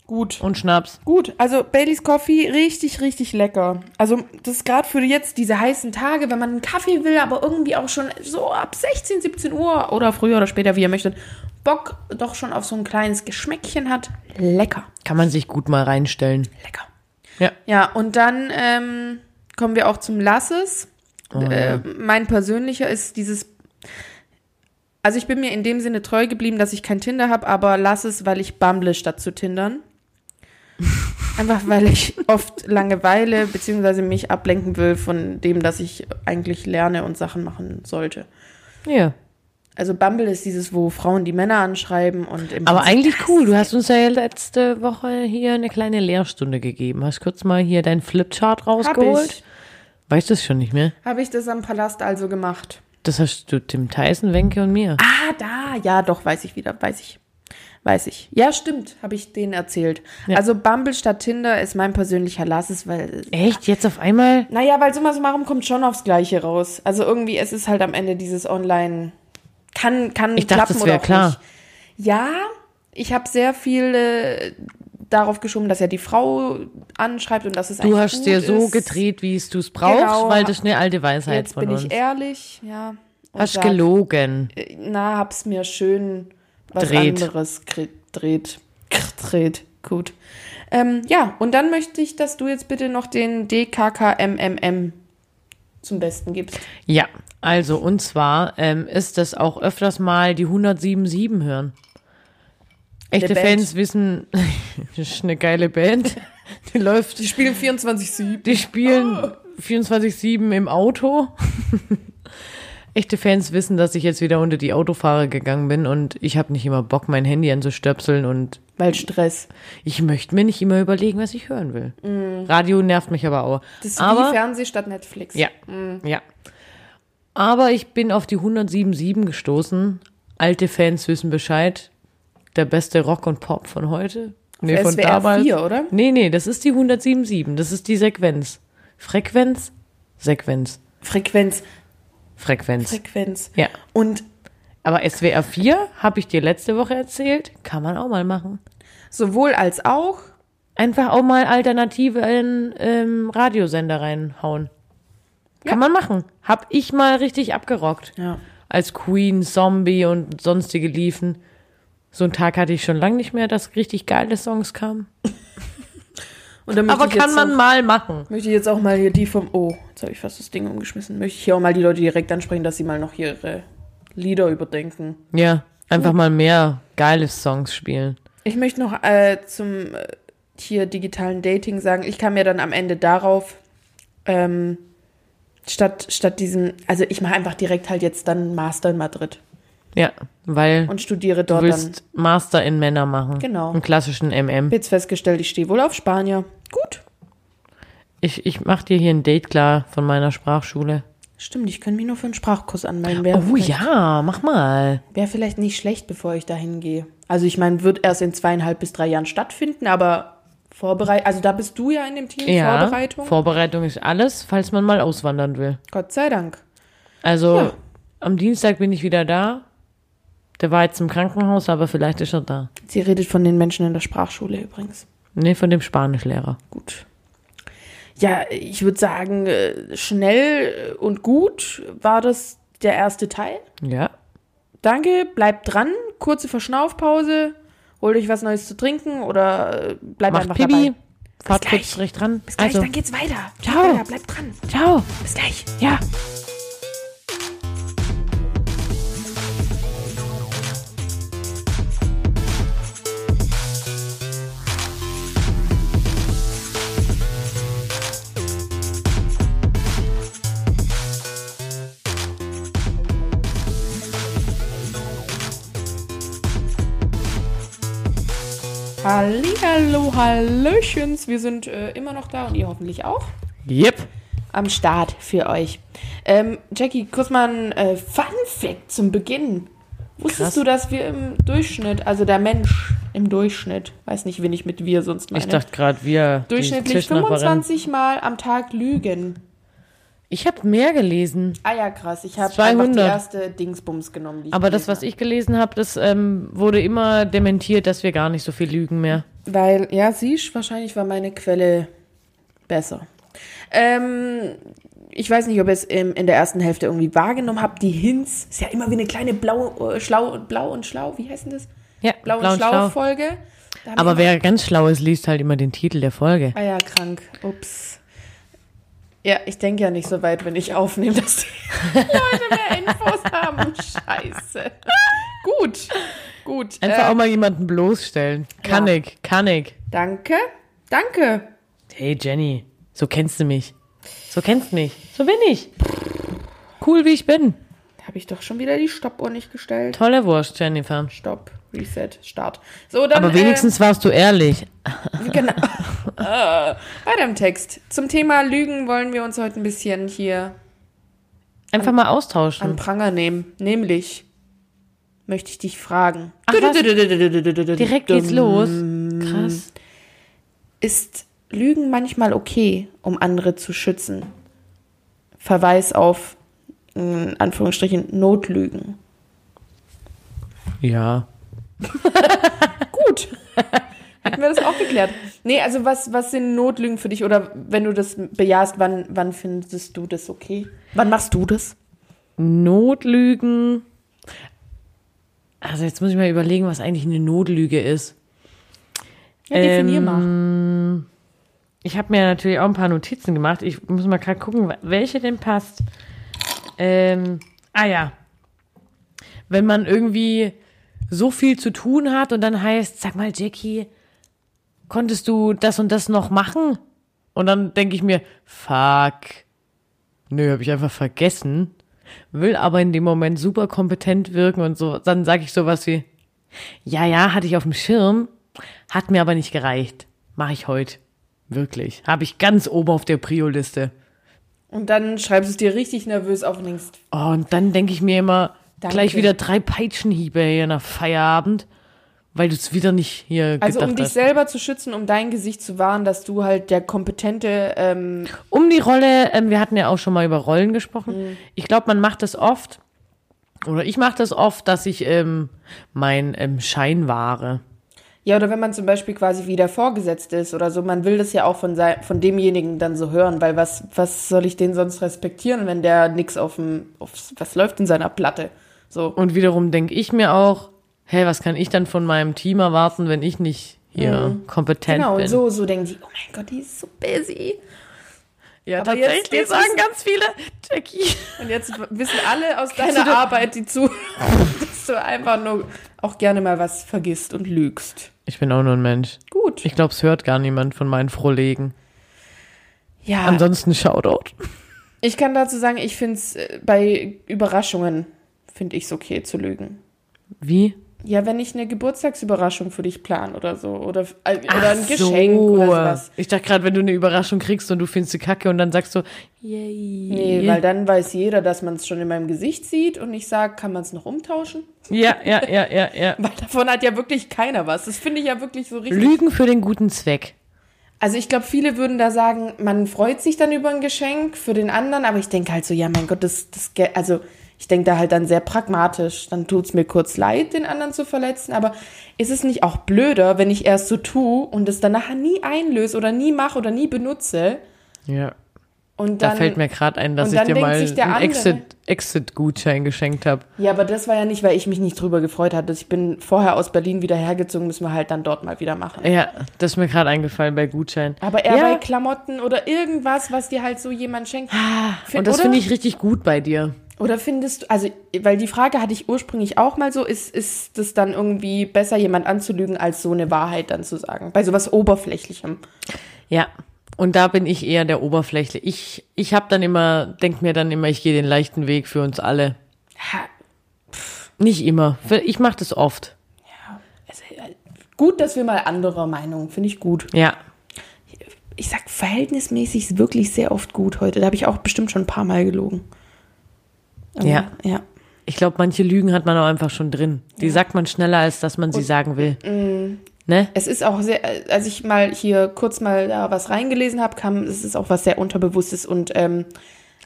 [SPEAKER 3] gut.
[SPEAKER 4] und Schnaps.
[SPEAKER 3] Gut, also Baileys Coffee, richtig, richtig lecker. Also das ist gerade für jetzt diese heißen Tage, wenn man einen Kaffee will, aber irgendwie auch schon so ab 16, 17 Uhr oder früher oder später, wie ihr möchtet, Bock doch schon auf so ein kleines Geschmäckchen hat. Lecker,
[SPEAKER 4] Kann man sich gut mal reinstellen.
[SPEAKER 3] lecker.
[SPEAKER 4] Ja.
[SPEAKER 3] Ja, und dann ähm, kommen wir auch zum Lasses.
[SPEAKER 4] Oh,
[SPEAKER 3] äh,
[SPEAKER 4] ja.
[SPEAKER 3] Mein persönlicher ist dieses, Also ich bin mir in dem Sinne treu geblieben, dass ich kein Tinder habe, aber lass es, weil ich bumble statt zu Tindern. Einfach weil ich oft Langeweile beziehungsweise mich ablenken will von dem, dass ich eigentlich lerne und Sachen machen sollte.
[SPEAKER 4] Ja.
[SPEAKER 3] Also Bumble ist dieses, wo Frauen die Männer anschreiben und im
[SPEAKER 4] Aber
[SPEAKER 3] Prinzip-
[SPEAKER 4] eigentlich cool. Du hast uns ja letzte Woche hier eine kleine Lehrstunde gegeben. Hast kurz mal hier deinen Flipchart
[SPEAKER 3] Hab
[SPEAKER 4] rausgeholt.
[SPEAKER 3] ich,
[SPEAKER 4] Weißt du es schon nicht mehr?
[SPEAKER 3] hab ich das am Palast also gemacht.
[SPEAKER 4] Das hast du Tim Tyson, Wenke und mir.
[SPEAKER 3] Ah, da, ja, doch, weiß ich wieder, weiß ich. Weiß ich. Ja, stimmt, habe ich denen erzählt. Also Bumble statt Tinder ist mein persönlicher Lasses, weil.
[SPEAKER 4] Echt? Jetzt auf einmal?
[SPEAKER 3] Naja, weil summa summarum kommt schon aufs Gleiche raus. Also irgendwie, es ist halt am Ende dieses Online. Kann, kann
[SPEAKER 4] Ich dachte,
[SPEAKER 3] klappen
[SPEAKER 4] es
[SPEAKER 3] oder
[SPEAKER 4] wäre
[SPEAKER 3] auch
[SPEAKER 4] klar.
[SPEAKER 3] nicht. Ja, ich habe sehr viel äh, darauf geschoben, dass er die Frau anschreibt und dass es
[SPEAKER 4] Du
[SPEAKER 3] eigentlich
[SPEAKER 4] hast
[SPEAKER 3] gut
[SPEAKER 4] dir so
[SPEAKER 3] ist.
[SPEAKER 4] gedreht, wie es du es brauchst,
[SPEAKER 3] Genau.
[SPEAKER 4] weil das eine alte Weisheit
[SPEAKER 3] Jetzt
[SPEAKER 4] von
[SPEAKER 3] bin
[SPEAKER 4] uns.
[SPEAKER 3] ich ehrlich, ja. und
[SPEAKER 4] hast
[SPEAKER 3] sag,
[SPEAKER 4] gelogen.
[SPEAKER 3] na, hab's mir schön was
[SPEAKER 4] Dreht.
[SPEAKER 3] anderes kre- dreht. Kr- Dreht. Gut. Ähm, ja, und dann möchte ich, dass du jetzt bitte noch den DKKMMM zum Besten gibst.
[SPEAKER 4] Ja, also und zwar ähm, ist das auch öfters mal die 177 hören. Echte
[SPEAKER 3] Eine Band.
[SPEAKER 4] Fans wissen, das ist eine geile Band. Die läuft,
[SPEAKER 3] Die spielen Oh. 24-7.
[SPEAKER 4] die spielen 24-7 im Auto. Echte Fans wissen, dass ich jetzt wieder unter die Autofahrer gegangen bin und ich habe nicht immer Bock, mein Handy anzustöpseln und
[SPEAKER 3] Weil Stress.
[SPEAKER 4] ich möchte mir nicht immer überlegen, was ich hören will. Radio nervt mich aber auch.
[SPEAKER 3] Mhm. Das ist wie
[SPEAKER 4] aber
[SPEAKER 3] Fernseh statt Netflix.
[SPEAKER 4] ja, ja. Aber ich bin auf die 107.7 gestoßen. Alte Fans wissen Bescheid. Der beste Rock und Pop von heute. Nee, von
[SPEAKER 3] SWR
[SPEAKER 4] damals.
[SPEAKER 3] 4, oder?
[SPEAKER 4] Nee, nee, das ist die 107.7. Das ist die Sequenz. Frequenz? Sequenz.
[SPEAKER 3] Frequenz,
[SPEAKER 4] Frequenz.
[SPEAKER 3] Frequenz.
[SPEAKER 4] ja.
[SPEAKER 3] Und
[SPEAKER 4] Aber SWR 4, habe ich dir letzte Woche erzählt, kann man auch mal machen.
[SPEAKER 3] sowohl als auch.
[SPEAKER 4] Einfach auch mal alternative in, ähm, Radiosender reinhauen. Kann man machen. Hab ich mal richtig abgerockt.
[SPEAKER 3] Ja.
[SPEAKER 4] als Queen, Zombie und sonstige liefen. So einen Tag hatte ich schon lange nicht mehr, dass richtig geile Songs kamen.
[SPEAKER 3] Und dann möchte
[SPEAKER 4] Aber
[SPEAKER 3] ich jetzt
[SPEAKER 4] kann man
[SPEAKER 3] auch-
[SPEAKER 4] mal machen.
[SPEAKER 3] Möchte ich jetzt auch mal hier die vom. Oh, jetzt habe ich fast das Ding umgeschmissen. Möchte ich hier auch mal die Leute direkt ansprechen, dass sie mal noch ihre Lieder überdenken.
[SPEAKER 4] Ja, einfach mal mehr geile Songs spielen.
[SPEAKER 3] Ich möchte noch äh, zum äh, hier digitalen Dating sagen, ich kam ja dann am Ende darauf, ähm, statt, statt diesem, also ich mache einfach direkt halt jetzt dann Master in Madrid
[SPEAKER 4] Ja, weil
[SPEAKER 3] und studiere
[SPEAKER 4] du
[SPEAKER 3] dort dann.
[SPEAKER 4] willst Master in Männer machen.
[SPEAKER 3] Genau.
[SPEAKER 4] Einen klassischen MM.
[SPEAKER 3] Hab jetzt festgestellt, ich stehe wohl auf Spanier. Gut.
[SPEAKER 4] Ich, ich mach dir hier ein Date klar von meiner Sprachschule.
[SPEAKER 3] Stimmt, ich kann mich nur für einen Sprachkurs anmelden. Wäre
[SPEAKER 4] Oh ja, mach mal.
[SPEAKER 3] wär vielleicht nicht schlecht, bevor ich dahin gehe. Also ich meine, wird erst in zweieinhalb bis drei Jahren stattfinden, aber vorbereitet, also da bist du ja in dem Team,
[SPEAKER 4] Ja,
[SPEAKER 3] Vorbereitung.
[SPEAKER 4] Vorbereitung ist alles, falls man mal auswandern will.
[SPEAKER 3] Gott sei Dank.
[SPEAKER 4] Also
[SPEAKER 3] Ja.
[SPEAKER 4] am Dienstag bin ich wieder da. Der war jetzt im Krankenhaus, aber vielleicht ist er da.
[SPEAKER 3] Sie redet von den Menschen in der Sprachschule übrigens.
[SPEAKER 4] Nee, von dem Spanischlehrer.
[SPEAKER 3] Gut. Ja, ich würde sagen, äh, schnell und gut war das der erste Teil.
[SPEAKER 4] Ja.
[SPEAKER 3] Danke, bleibt dran. Kurze Verschnaufpause. Holt euch was Neues zu trinken oder äh, bleibt
[SPEAKER 4] Macht
[SPEAKER 3] einfach
[SPEAKER 4] Pipi.
[SPEAKER 3] dabei.
[SPEAKER 4] Fahrt
[SPEAKER 3] gleich.
[SPEAKER 4] kurz recht dran.
[SPEAKER 3] Bis gleich,
[SPEAKER 4] also,
[SPEAKER 3] dann geht's weiter.
[SPEAKER 4] Ciao.
[SPEAKER 3] Ja, bleibt dran.
[SPEAKER 4] ciao.
[SPEAKER 3] Bis gleich.
[SPEAKER 4] Ja.
[SPEAKER 3] Hallihallo, Hallöchens. Wir sind äh, immer noch da und ihr hoffentlich auch.
[SPEAKER 4] Yep.
[SPEAKER 3] am Start für euch. Ähm, Jackie, kurz mal ein äh, Fun Fact zum Beginn. Wusstest
[SPEAKER 4] Krass.
[SPEAKER 3] du, dass wir im Durchschnitt, also der Mensch im Durchschnitt, weiß nicht, wen ich mit wir sonst meine,
[SPEAKER 4] Ich dachte gerade, wir. die
[SPEAKER 3] durchschnittlich
[SPEAKER 4] Tischnachbarin.
[SPEAKER 3] 25 Mal am Tag lügen.
[SPEAKER 4] Ich habe mehr gelesen.
[SPEAKER 3] Ah ja, krass. Ich habe einfach
[SPEAKER 4] 200.
[SPEAKER 3] die erste Dingsbums genommen. Die
[SPEAKER 4] Aber das, was ich gelesen habe, das ähm, wurde immer dementiert, dass wir gar nicht so viel lügen mehr.
[SPEAKER 3] Weil, ja, siehst, wahrscheinlich war meine Quelle besser. Ähm, ich weiß nicht, ob ihr es im, in der ersten Hälfte irgendwie wahrgenommen habt. Die Hints ist ja immer wie eine kleine blau, äh, schlau, blau und schlau, wie heißt denn das?
[SPEAKER 4] Ja,
[SPEAKER 3] Blau, und schlau, Folge. Da haben
[SPEAKER 4] Aber
[SPEAKER 3] wir
[SPEAKER 4] wer ganz schlau ist, liest halt immer den Titel der Folge.
[SPEAKER 3] Ah ja, krank. Ups. Ja, ich denke ja nicht so weit, wenn ich aufnehme, dass die Leute mehr Infos haben. Scheiße. Gut, gut.
[SPEAKER 4] Einfach
[SPEAKER 3] Äh,
[SPEAKER 4] auch mal jemanden bloßstellen. Kann
[SPEAKER 3] Ja.
[SPEAKER 4] ich, kann ich.
[SPEAKER 3] danke, danke.
[SPEAKER 4] Hey Jenny, so kennst du mich. So kennst mich. So bin ich. Cool, wie ich bin.
[SPEAKER 3] Habe ich doch schon wieder die Stoppuhr nicht gestellt.
[SPEAKER 4] Tolle Wurst, Jennifer. ähm,
[SPEAKER 3] Stopp, Reset, Start. So, dann,
[SPEAKER 4] Aber wenigstens warst du ehrlich.
[SPEAKER 3] Äh, genau. äh, weiter im Text. Zum Thema Lügen wollen wir uns heute ein bisschen hier
[SPEAKER 4] Einfach mal
[SPEAKER 3] an
[SPEAKER 4] austauschen.
[SPEAKER 3] Pranger nehmen. Nämlich möchte ich dich fragen.
[SPEAKER 4] was?
[SPEAKER 3] Direkt
[SPEAKER 4] Direkt geht's los. Krass.
[SPEAKER 3] Ist Lügen manchmal okay, um andere zu schützen? Verweis auf, in Anführungsstrichen, Notlügen.
[SPEAKER 4] Ja.
[SPEAKER 3] Gut. Hätten wir das auch geklärt. Nee, also was, was sind Notlügen für dich? Oder wenn du das bejahst, wann, wann findest du das okay? Wann machst du das?
[SPEAKER 4] Notlügen. Also jetzt muss ich mal überlegen, was eigentlich eine Notlüge ist.
[SPEAKER 3] Ja, definier
[SPEAKER 4] Ähm,
[SPEAKER 3] mal.
[SPEAKER 4] Ich habe mir natürlich auch ein paar Notizen gemacht. Ich muss mal gerade gucken, welche denn passt. Ähm, ah ja. Wenn man irgendwie so viel zu tun hat und dann heißt, sag mal, Jackie, konntest du das und das noch machen? Und dann denke ich mir, fuck. Nö, habe ich einfach vergessen. Will aber in dem Moment super kompetent wirken und so. Dann sage ich sowas wie, ja, ja, hatte ich auf dem Schirm, hat mir aber nicht gereicht. Mache ich heute. Wirklich. Habe ich ganz oben auf der Prio-Liste.
[SPEAKER 3] Und dann schreibst du es dir richtig nervös auf und denkst,
[SPEAKER 4] Oh, und dann denke ich mir immer,
[SPEAKER 3] Danke.
[SPEAKER 4] gleich wieder drei Peitschenhiebe hier nach Feierabend, weil du es wieder nicht hier
[SPEAKER 3] Also
[SPEAKER 4] gedacht
[SPEAKER 3] um dich
[SPEAKER 4] hast.
[SPEAKER 3] selber zu schützen, um dein Gesicht zu wahren, dass du halt der kompetente, ähm,
[SPEAKER 4] Um die Rolle, ähm, wir hatten ja auch schon mal über Rollen gesprochen.
[SPEAKER 3] Mhm.
[SPEAKER 4] Ich glaube, man macht das oft, oder ich mache das oft, dass ich ähm, mein ähm, Schein wahre.
[SPEAKER 3] ja oder wenn man zum Beispiel quasi wieder vorgesetzt ist oder so, man will das ja auch von, sei- von demjenigen dann so hören, weil was, was soll ich den sonst respektieren, wenn der nix auf dem, aufs, was läuft in seiner Platte? So,
[SPEAKER 4] Und wiederum denke ich mir auch, hey, was kann ich dann von meinem Team erwarten, wenn ich nicht hier kompetent
[SPEAKER 3] genau,
[SPEAKER 4] bin?
[SPEAKER 3] und so, so denken die, oh mein Gott, die ist so busy.
[SPEAKER 4] Ja,
[SPEAKER 3] Aber
[SPEAKER 4] tatsächlich
[SPEAKER 3] jetzt- jetzt
[SPEAKER 4] sagen
[SPEAKER 3] wissen-
[SPEAKER 4] ganz viele, Jackie.
[SPEAKER 3] Und jetzt wissen alle aus deiner Arbeit, die zuhören, dass du einfach nur auch gerne mal was vergisst und lügst.
[SPEAKER 4] Ich bin auch nur ein Mensch.
[SPEAKER 3] Gut.
[SPEAKER 4] Ich glaube, es hört gar niemand von meinen Frohlegen.
[SPEAKER 3] ja.
[SPEAKER 4] Ansonsten Shoutout.
[SPEAKER 3] Ich kann dazu sagen, ich finde es bei Überraschungen, finde ich es okay zu lügen.
[SPEAKER 4] Wie?
[SPEAKER 3] Ja, wenn ich eine Geburtstagsüberraschung für dich plan oder so. Oder, äh, oder ein Geschenk oder sowas.
[SPEAKER 4] Ich dachte gerade, wenn du eine Überraschung kriegst und du findest sie kacke und dann sagst du, yay.
[SPEAKER 3] Nee, weil dann weiß jeder, dass man es schon in meinem Gesicht sieht und ich sage, kann man es noch umtauschen?
[SPEAKER 4] ja, ja, ja, ja, ja.
[SPEAKER 3] Weil davon hat ja wirklich keiner was. Das finde ich ja wirklich so richtig.
[SPEAKER 4] Lügen für den guten Zweck.
[SPEAKER 3] Also ich glaube, viele würden da sagen, man freut sich dann über ein Geschenk für den anderen, aber ich denke halt so, ja, mein Gott, das, das Geld, also ich denke da halt dann sehr pragmatisch. Dann tut's mir kurz leid, den anderen zu verletzen, aber ist es nicht auch blöder, wenn ich erst so tue und es dann nachher nie einlöse oder nie mache oder nie benutze
[SPEAKER 4] Ja.
[SPEAKER 3] und
[SPEAKER 4] Da
[SPEAKER 3] dann...
[SPEAKER 4] fällt mir gerade ein, dass
[SPEAKER 3] und
[SPEAKER 4] ich
[SPEAKER 3] dann
[SPEAKER 4] dir
[SPEAKER 3] denkt
[SPEAKER 4] mal
[SPEAKER 3] sich der
[SPEAKER 4] einen
[SPEAKER 3] andere-
[SPEAKER 4] Exit- Exit-Gutschein geschenkt habe.
[SPEAKER 3] Ja, aber das war ja nicht, weil ich mich nicht drüber gefreut hatte. Ich bin vorher aus Berlin wieder hergezogen, müssen wir halt dann dort mal wieder machen.
[SPEAKER 4] Ja, das ist mir gerade eingefallen bei Gutschein.
[SPEAKER 3] Aber eher
[SPEAKER 4] Äh, Ja.
[SPEAKER 3] bei Klamotten oder irgendwas, was dir halt so jemand schenkt. Fin-
[SPEAKER 4] Ah, Und das
[SPEAKER 3] oder?
[SPEAKER 4] finde ich richtig gut bei dir.
[SPEAKER 3] Oder findest du, also, weil die Frage hatte ich ursprünglich auch mal so, ist, ist das dann irgendwie besser, jemand anzulügen, als so eine Wahrheit dann zu sagen? Bei sowas Oberflächlichem.
[SPEAKER 4] Ja. Und da bin ich eher der Oberflächliche. Ich, ich habe dann immer, denk mir dann immer, ich gehe den leichten Weg für uns alle.
[SPEAKER 3] Ha,
[SPEAKER 4] Nicht immer. Ich mache das oft.
[SPEAKER 3] Also, äh, gut, dass wir mal anderer Meinung, finde ich gut.
[SPEAKER 4] Ja.
[SPEAKER 3] Ich sag verhältnismäßig wirklich sehr oft gut heute. Da habe ich auch bestimmt schon ein paar Mal gelogen. Aber,
[SPEAKER 4] Ja.
[SPEAKER 3] Ja.
[SPEAKER 4] Ich glaube, manche Lügen hat man auch einfach schon drin. Die sagt man schneller, als dass man sie sagen will. Ne?
[SPEAKER 3] Es ist auch sehr, äh, als ich mal hier kurz mal da was reingelesen habe, kam, es ist auch was sehr Unterbewusstes und ähm,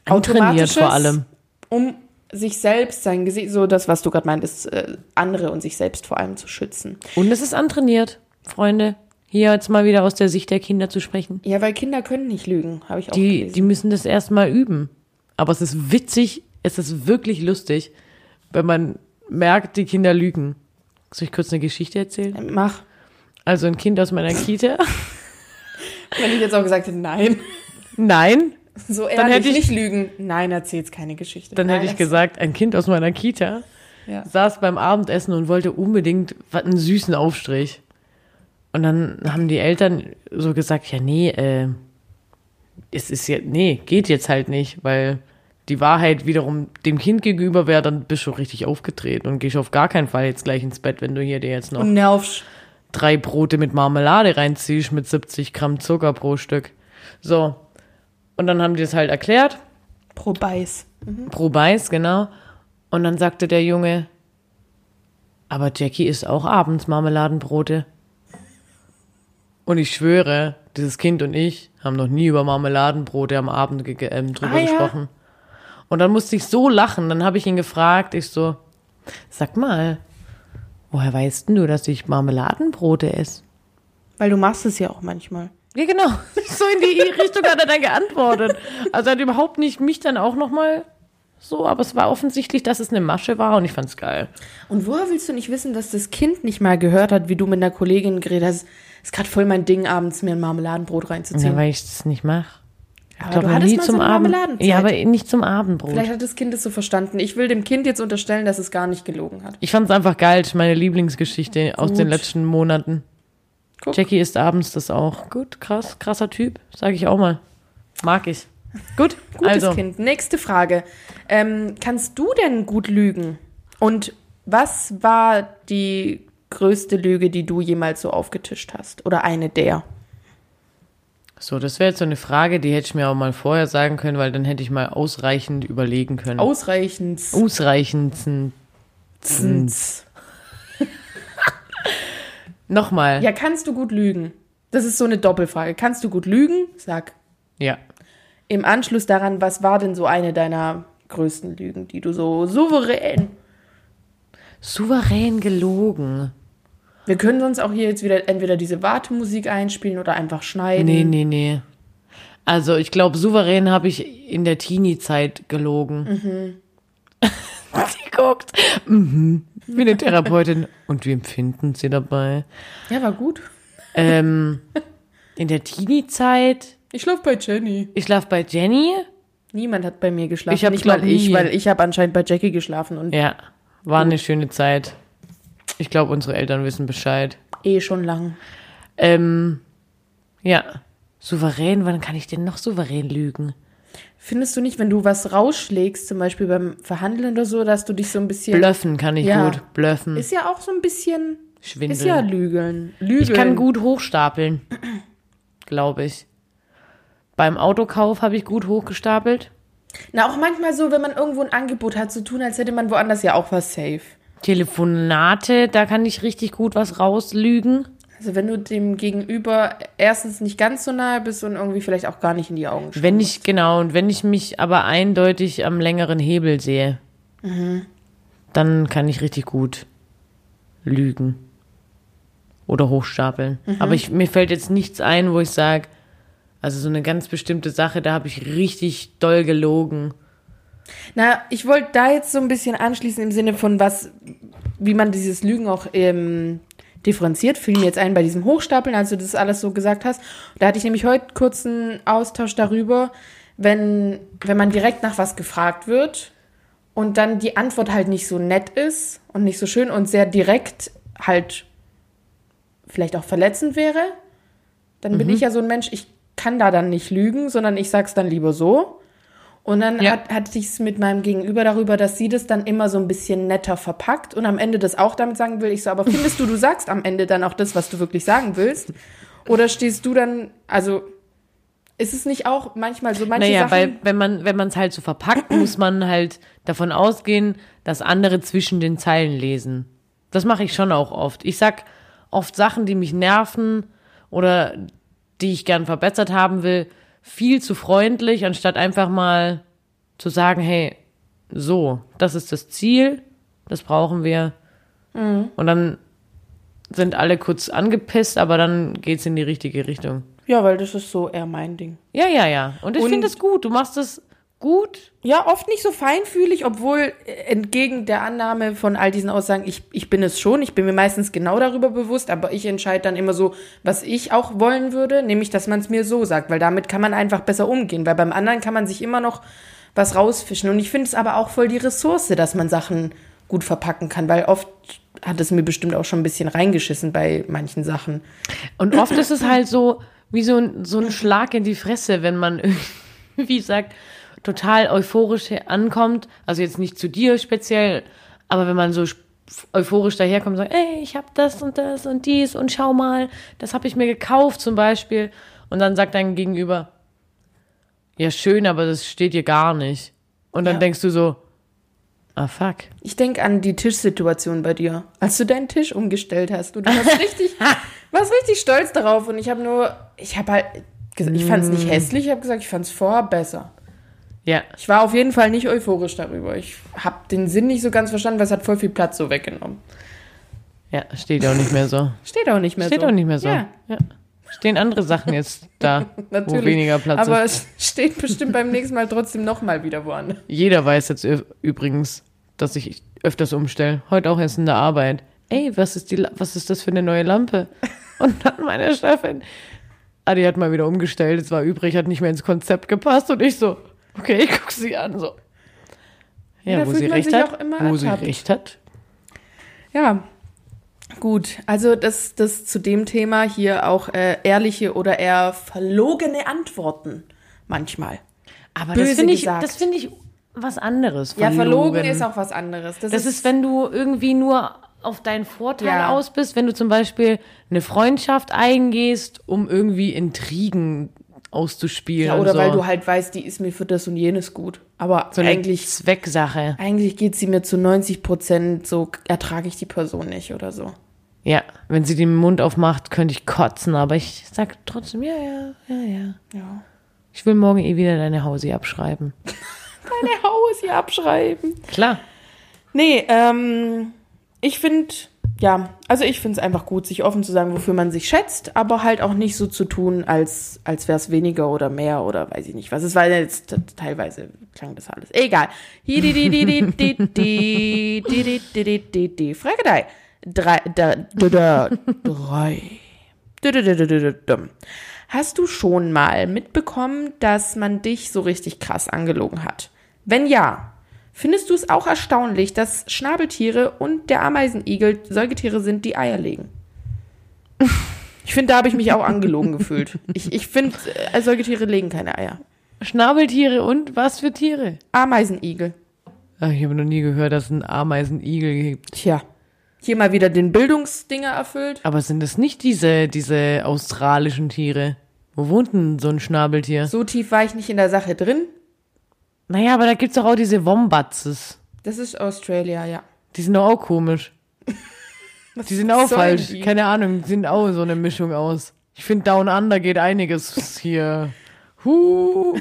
[SPEAKER 4] Antrainiert
[SPEAKER 3] automatisches.
[SPEAKER 4] vor allem.
[SPEAKER 3] um sich selbst, sein Gesicht, so das, was du gerade meintest, äh, andere und sich selbst vor allem zu schützen.
[SPEAKER 4] Und es ist antrainiert, Freunde. Hier jetzt mal wieder aus der Sicht der Kinder zu sprechen.
[SPEAKER 3] Ja, weil Kinder können nicht lügen, habe ich auch
[SPEAKER 4] Die, die
[SPEAKER 3] gelesen.
[SPEAKER 4] müssen das erstmal üben. Aber es ist witzig, es ist wirklich lustig, wenn man merkt, die Kinder lügen. Soll ich kurz eine Geschichte erzählen?
[SPEAKER 3] Ähm, Mach.
[SPEAKER 4] Also ein Kind aus meiner Kita.
[SPEAKER 3] Wenn ich jetzt auch gesagt hätte, nein.
[SPEAKER 4] Nein,
[SPEAKER 3] So ehrlich,
[SPEAKER 4] Dann hätte ich-
[SPEAKER 3] nicht lügen. Nein, erzähl's keine Geschichte.
[SPEAKER 4] Dann
[SPEAKER 3] Nein,
[SPEAKER 4] hätte ich
[SPEAKER 3] erzähl-
[SPEAKER 4] gesagt, ein Kind aus meiner Kita
[SPEAKER 3] Ja.
[SPEAKER 4] saß beim Abendessen und wollte unbedingt wa- einen süßen Aufstrich. Und dann haben die Eltern so gesagt, ja, nee, äh, es ist jetzt, nee, geht jetzt halt nicht, weil die Wahrheit wiederum dem Kind gegenüber wäre, dann bist du richtig aufgedreht und gehst auf gar keinen Fall jetzt gleich ins Bett, wenn du hier dir jetzt noch
[SPEAKER 3] Und nervst.
[SPEAKER 4] drei Brote mit Marmelade reinziehst mit 70 Gramm Zucker pro Stück. So. Und dann haben die es halt erklärt
[SPEAKER 3] Pro Beiß.
[SPEAKER 4] pro Beiß, genau. Und dann sagte der Junge, aber Jackie isst auch abends Marmeladenbrote. Und ich schwöre, dieses Kind und ich haben noch nie über Marmeladenbrote am Abend gege- ähm, drüber
[SPEAKER 3] Ah, ja.
[SPEAKER 4] gesprochen. Und dann musste ich so lachen, dann habe ich ihn gefragt, ich so, sag mal, woher weißt denn du, dass ich Marmeladenbrote esse?
[SPEAKER 3] Weil du machst es ja auch manchmal.
[SPEAKER 4] Ja, genau. So in die Richtung hat er dann geantwortet. Also er hat überhaupt nicht mich dann auch nochmal so, aber es war offensichtlich, dass es eine Masche war und ich fand's geil.
[SPEAKER 3] Und woher willst du nicht wissen, dass das Kind nicht mal gehört hat, wie du mit einer Kollegin geredet hast? Ist gerade voll mein Ding, abends mir ein Marmeladenbrot
[SPEAKER 4] Ja,
[SPEAKER 3] reinzuziehen.
[SPEAKER 4] weil ich das nicht mache.
[SPEAKER 3] aber
[SPEAKER 4] Ich glaube
[SPEAKER 3] hattest
[SPEAKER 4] nie
[SPEAKER 3] mal
[SPEAKER 4] zum
[SPEAKER 3] eine
[SPEAKER 4] Abend.
[SPEAKER 3] Marmeladenzeit.
[SPEAKER 4] Ja, aber nicht zum Abendbrot.
[SPEAKER 3] Vielleicht hat das Kind es so verstanden. Ich will dem Kind jetzt unterstellen, dass es gar nicht gelogen hat.
[SPEAKER 4] Ich fand's einfach geil, Das ist meine Lieblingsgeschichte aus den letzten Monaten.
[SPEAKER 3] Guck.
[SPEAKER 4] Jackie isst abends das auch. Gut, krass, krasser Typ, sage ich auch mal. Mag ich. Gut,
[SPEAKER 3] Gutes
[SPEAKER 4] also
[SPEAKER 3] Kind. Nächste Frage. Ähm, kannst du denn gut lügen? Und was war die größte Lüge, die du jemals so aufgetischt hast? Oder eine der?
[SPEAKER 4] so, das wäre jetzt so eine Frage, die hätte ich mir auch mal vorher sagen können, weil dann hätte ich mal ausreichend überlegen können.
[SPEAKER 3] Ausreichend.
[SPEAKER 4] Ausreichend. Nochmal.
[SPEAKER 3] Ja, kannst du gut lügen? Das ist so eine Doppelfrage. Kannst du gut lügen? Sag.
[SPEAKER 4] Ja.
[SPEAKER 3] Im Anschluss daran, was war denn so eine deiner größten Lügen, die du so souverän.
[SPEAKER 4] Souverän gelogen.
[SPEAKER 3] Wir können sonst auch hier jetzt wieder entweder diese Wartemusik einspielen oder einfach schneiden.
[SPEAKER 4] Nee, nee, nee. Also ich glaube, souverän habe ich in der Teenie-Zeit gelogen. Sie guckt. Mhm. Wie eine Therapeutin. Und wie empfinden sie dabei?
[SPEAKER 3] Ja, war gut.
[SPEAKER 4] Ähm, in der Teenie-Zeit.
[SPEAKER 3] Ich schlaf bei Jenny.
[SPEAKER 4] Ich schlaf bei Jenny.
[SPEAKER 3] Niemand hat bei mir geschlafen.
[SPEAKER 4] Ich hab,
[SPEAKER 3] nicht
[SPEAKER 4] glaub,
[SPEAKER 3] mal ich,
[SPEAKER 4] nie.
[SPEAKER 3] weil ich habe anscheinend bei Jackie geschlafen und
[SPEAKER 4] Ja, war eine schöne Zeit. Ich glaube, unsere Eltern wissen Bescheid.
[SPEAKER 3] eh schon lang.
[SPEAKER 4] Ähm, ja. Souverän, wann kann ich denn noch souverän lügen?
[SPEAKER 3] Findest du nicht, wenn du was rausschlägst, zum Beispiel beim Verhandeln oder so, dass du dich so ein bisschen.
[SPEAKER 4] Bluffen kann ich
[SPEAKER 3] Ja.
[SPEAKER 4] gut. Bluffen.
[SPEAKER 3] Ist ja auch so ein bisschen.
[SPEAKER 4] Schwindeln.
[SPEAKER 3] Ist ja Lügeln. Lügeln.
[SPEAKER 4] ich kann gut hochstapeln, glaube ich. Beim Autokauf habe ich gut hochgestapelt.
[SPEAKER 3] Na, auch manchmal so, wenn man irgendwo ein Angebot hat, zu tun, als hätte man woanders ja auch was safe.
[SPEAKER 4] Telefonate, da kann ich richtig gut was rauslügen.
[SPEAKER 3] Also wenn du dem Gegenüber erstens nicht ganz so nahe bist und irgendwie vielleicht auch gar nicht in die Augen schaust.
[SPEAKER 4] Wenn ich, genau, und wenn ich mich aber eindeutig am längeren Hebel sehe, dann kann ich richtig gut lügen. Oder hochstapeln. Aber ich, mir fällt jetzt nichts ein, wo ich sage, also so eine ganz bestimmte Sache, da habe ich richtig doll gelogen.
[SPEAKER 3] Na, ich wollte da jetzt so ein bisschen anschließen im Sinne von was, wie man dieses Lügen auch ähm, differenziert. Fiel mir jetzt ein bei diesem Hochstapeln, als du das alles so gesagt hast. Da hatte ich nämlich heute kurz einen Austausch darüber, wenn, wenn man direkt nach was gefragt wird und dann die Antwort halt nicht so nett ist und nicht so schön und sehr direkt halt vielleicht auch verletzend wäre, dann
[SPEAKER 4] Mhm.
[SPEAKER 3] bin ich ja so ein Mensch, ich kann da dann nicht lügen, sondern ich sag's dann lieber so. Und dann
[SPEAKER 4] Ja.
[SPEAKER 3] hat, hatte ich es mit meinem Gegenüber darüber, dass sie das dann immer so ein bisschen netter verpackt und am Ende das auch damit sagen will. Ich so, aber findest du, du sagst am Ende dann auch das, was du wirklich sagen willst? Oder stehst du dann, also ist es nicht auch manchmal so, manche
[SPEAKER 4] Naja,
[SPEAKER 3] Sachen...
[SPEAKER 4] weil wenn man wenn man es halt so verpackt, muss man halt davon ausgehen, dass andere zwischen den Zeilen lesen. Das mache ich schon auch oft. Ich sag oft Sachen, die mich nerven oder die ich gern verbessert haben will, viel zu freundlich, anstatt einfach mal zu sagen, hey, so, das ist das Ziel, das brauchen wir.
[SPEAKER 3] Mhm.
[SPEAKER 4] Und dann sind alle kurz angepisst, aber dann geht's in die richtige Richtung.
[SPEAKER 3] ja, weil das ist so eher mein Ding.
[SPEAKER 4] Ja, ja, ja. Und ich
[SPEAKER 3] Und-
[SPEAKER 4] finde es gut. Du machst es gut.
[SPEAKER 3] Ja, oft nicht so feinfühlig, obwohl äh, entgegen der Annahme von all diesen Aussagen, ich, ich bin es schon, ich bin mir meistens genau darüber bewusst, aber ich entscheide dann immer so, was ich auch wollen würde, nämlich, dass man es mir so sagt, weil damit kann man einfach besser umgehen, weil beim anderen kann man sich immer noch was rausfischen. Und ich finde es aber auch voll die Ressource, dass man Sachen gut verpacken kann, weil oft hat es mir bestimmt auch schon ein bisschen reingeschissen bei manchen Sachen.
[SPEAKER 4] Und oft ist es halt so, wie so ein, so ein Schlag in die Fresse, wenn man irgendwie sagt, total euphorisch her- ankommt. Also jetzt nicht zu dir speziell, aber wenn man so sp- euphorisch daherkommt und sagt, ey, ich hab das und das und dies und schau mal, das habe ich mir gekauft zum Beispiel. Und dann sagt dein Gegenüber, ja schön, aber das steht dir gar nicht. Und dann
[SPEAKER 3] Ja.
[SPEAKER 4] denkst du so, ah fuck.
[SPEAKER 3] Ich denke an die Tischsituation bei dir, als du deinen Tisch umgestellt hast. Du warst richtig, warst richtig stolz darauf und ich habe nur, ich habe halt, gesagt, ich fand es
[SPEAKER 4] Mm.
[SPEAKER 3] nicht hässlich, ich habe gesagt, ich fand es vorher besser.
[SPEAKER 4] Ja,
[SPEAKER 3] Ich war auf jeden Fall nicht euphorisch darüber. Ich habe den Sinn nicht so ganz verstanden, weil es hat voll viel Platz so weggenommen.
[SPEAKER 4] ja, steht auch nicht mehr so.
[SPEAKER 3] Steht auch nicht mehr
[SPEAKER 4] Steht
[SPEAKER 3] so.
[SPEAKER 4] auch nicht mehr so.
[SPEAKER 3] Ja,
[SPEAKER 4] Ja. Stehen andere Sachen jetzt da,
[SPEAKER 3] natürlich.
[SPEAKER 4] wo weniger Platz
[SPEAKER 3] Aber
[SPEAKER 4] ist.
[SPEAKER 3] es steht bestimmt beim nächsten Mal trotzdem nochmal wieder woanders.
[SPEAKER 4] Jeder weiß jetzt ü- übrigens, dass ich öfters umstelle. Heute auch erst in der Arbeit. Ey, was ist, die, La- was ist das für eine neue Lampe? Und dann meine Chefin. Ah, die hat mal wieder umgestellt. Es war übrig, hat nicht mehr ins Konzept gepasst. Und ich so, okay, ich guck sie an. So. Ja,
[SPEAKER 3] Da
[SPEAKER 4] wo
[SPEAKER 3] fühlt
[SPEAKER 4] sie
[SPEAKER 3] man
[SPEAKER 4] recht
[SPEAKER 3] sich
[SPEAKER 4] hat.
[SPEAKER 3] auch immer
[SPEAKER 4] wo sie
[SPEAKER 3] ertappt.
[SPEAKER 4] recht hat.
[SPEAKER 3] Ja, gut. Also das, das zu dem Thema hier auch äh, ehrliche oder eher verlogene Antworten manchmal.
[SPEAKER 4] Aber
[SPEAKER 3] Böse
[SPEAKER 4] das finde ich,
[SPEAKER 3] gesagt.
[SPEAKER 4] das finde ich was anderes.
[SPEAKER 3] Ja, verlogen
[SPEAKER 4] Verlogen.
[SPEAKER 3] ist auch was anderes. Das,
[SPEAKER 4] Das ist, wenn du irgendwie nur auf deinen Vorteil
[SPEAKER 3] Ja.
[SPEAKER 4] aus bist, wenn du zum Beispiel eine Freundschaft eingehst, um irgendwie Intrigen auszuspielen.
[SPEAKER 3] ja, oder
[SPEAKER 4] und so.
[SPEAKER 3] weil du halt weißt, die ist mir für das und jenes gut. Aber
[SPEAKER 4] so eine
[SPEAKER 3] eigentlich,
[SPEAKER 4] Zwecksache.
[SPEAKER 3] eigentlich geht sie mir zu 90 Prozent so, ertrage ich die Person nicht oder so.
[SPEAKER 4] Ja, wenn sie den Mund aufmacht, könnte ich kotzen, aber ich sag trotzdem, ja, ja, ja, ja.
[SPEAKER 3] Ja.
[SPEAKER 4] Ich will morgen eh wieder deine Hausi abschreiben.
[SPEAKER 3] Meine Haus hier abschreiben.
[SPEAKER 4] Klar.
[SPEAKER 3] Nee, ähm, ich finde, ja, also ich finde es einfach gut, sich offen zu sagen, wofür man sich schätzt, aber halt auch nicht so zu tun, als, als wäre es weniger oder mehr oder weiß ich nicht was. Es war jetzt t- teilweise, klang das alles. Egal. Hidididididididididididididi. Frage drei. Drei. da- da- da- Drei. Dü-dü-dü-dü-dü-dü-düm. Hast du schon mal mitbekommen, dass man dich so richtig krass angelogen hat? Wenn ja, findest du es auch erstaunlich, dass Schnabeltiere und der Ameisenigel Säugetiere sind, die Eier legen? Ich finde, da habe ich mich auch angelogen gefühlt. Ich, ich finde, äh, Säugetiere legen keine Eier.
[SPEAKER 4] Schnabeltiere und was für Tiere?
[SPEAKER 3] Ameisenigel.
[SPEAKER 4] Ach, ich habe noch nie gehört, dass es einen Ameisenigel gibt.
[SPEAKER 3] Tja. Hier mal wieder den Bildungsdinger erfüllt.
[SPEAKER 4] Aber sind es nicht diese, diese australischen Tiere? Wo wohnt denn so ein Schnabeltier?
[SPEAKER 3] So tief war ich nicht in der Sache drin.
[SPEAKER 4] Naja, aber da gibt's doch auch diese Wombatses.
[SPEAKER 3] Das ist Australia, ja.
[SPEAKER 4] Die sind doch auch komisch. Die sind auch
[SPEAKER 3] sollen
[SPEAKER 4] falsch.
[SPEAKER 3] die?
[SPEAKER 4] Keine Ahnung, die sind auch so eine Mischung aus. Ich finde, Down Under geht einiges hier. Huh.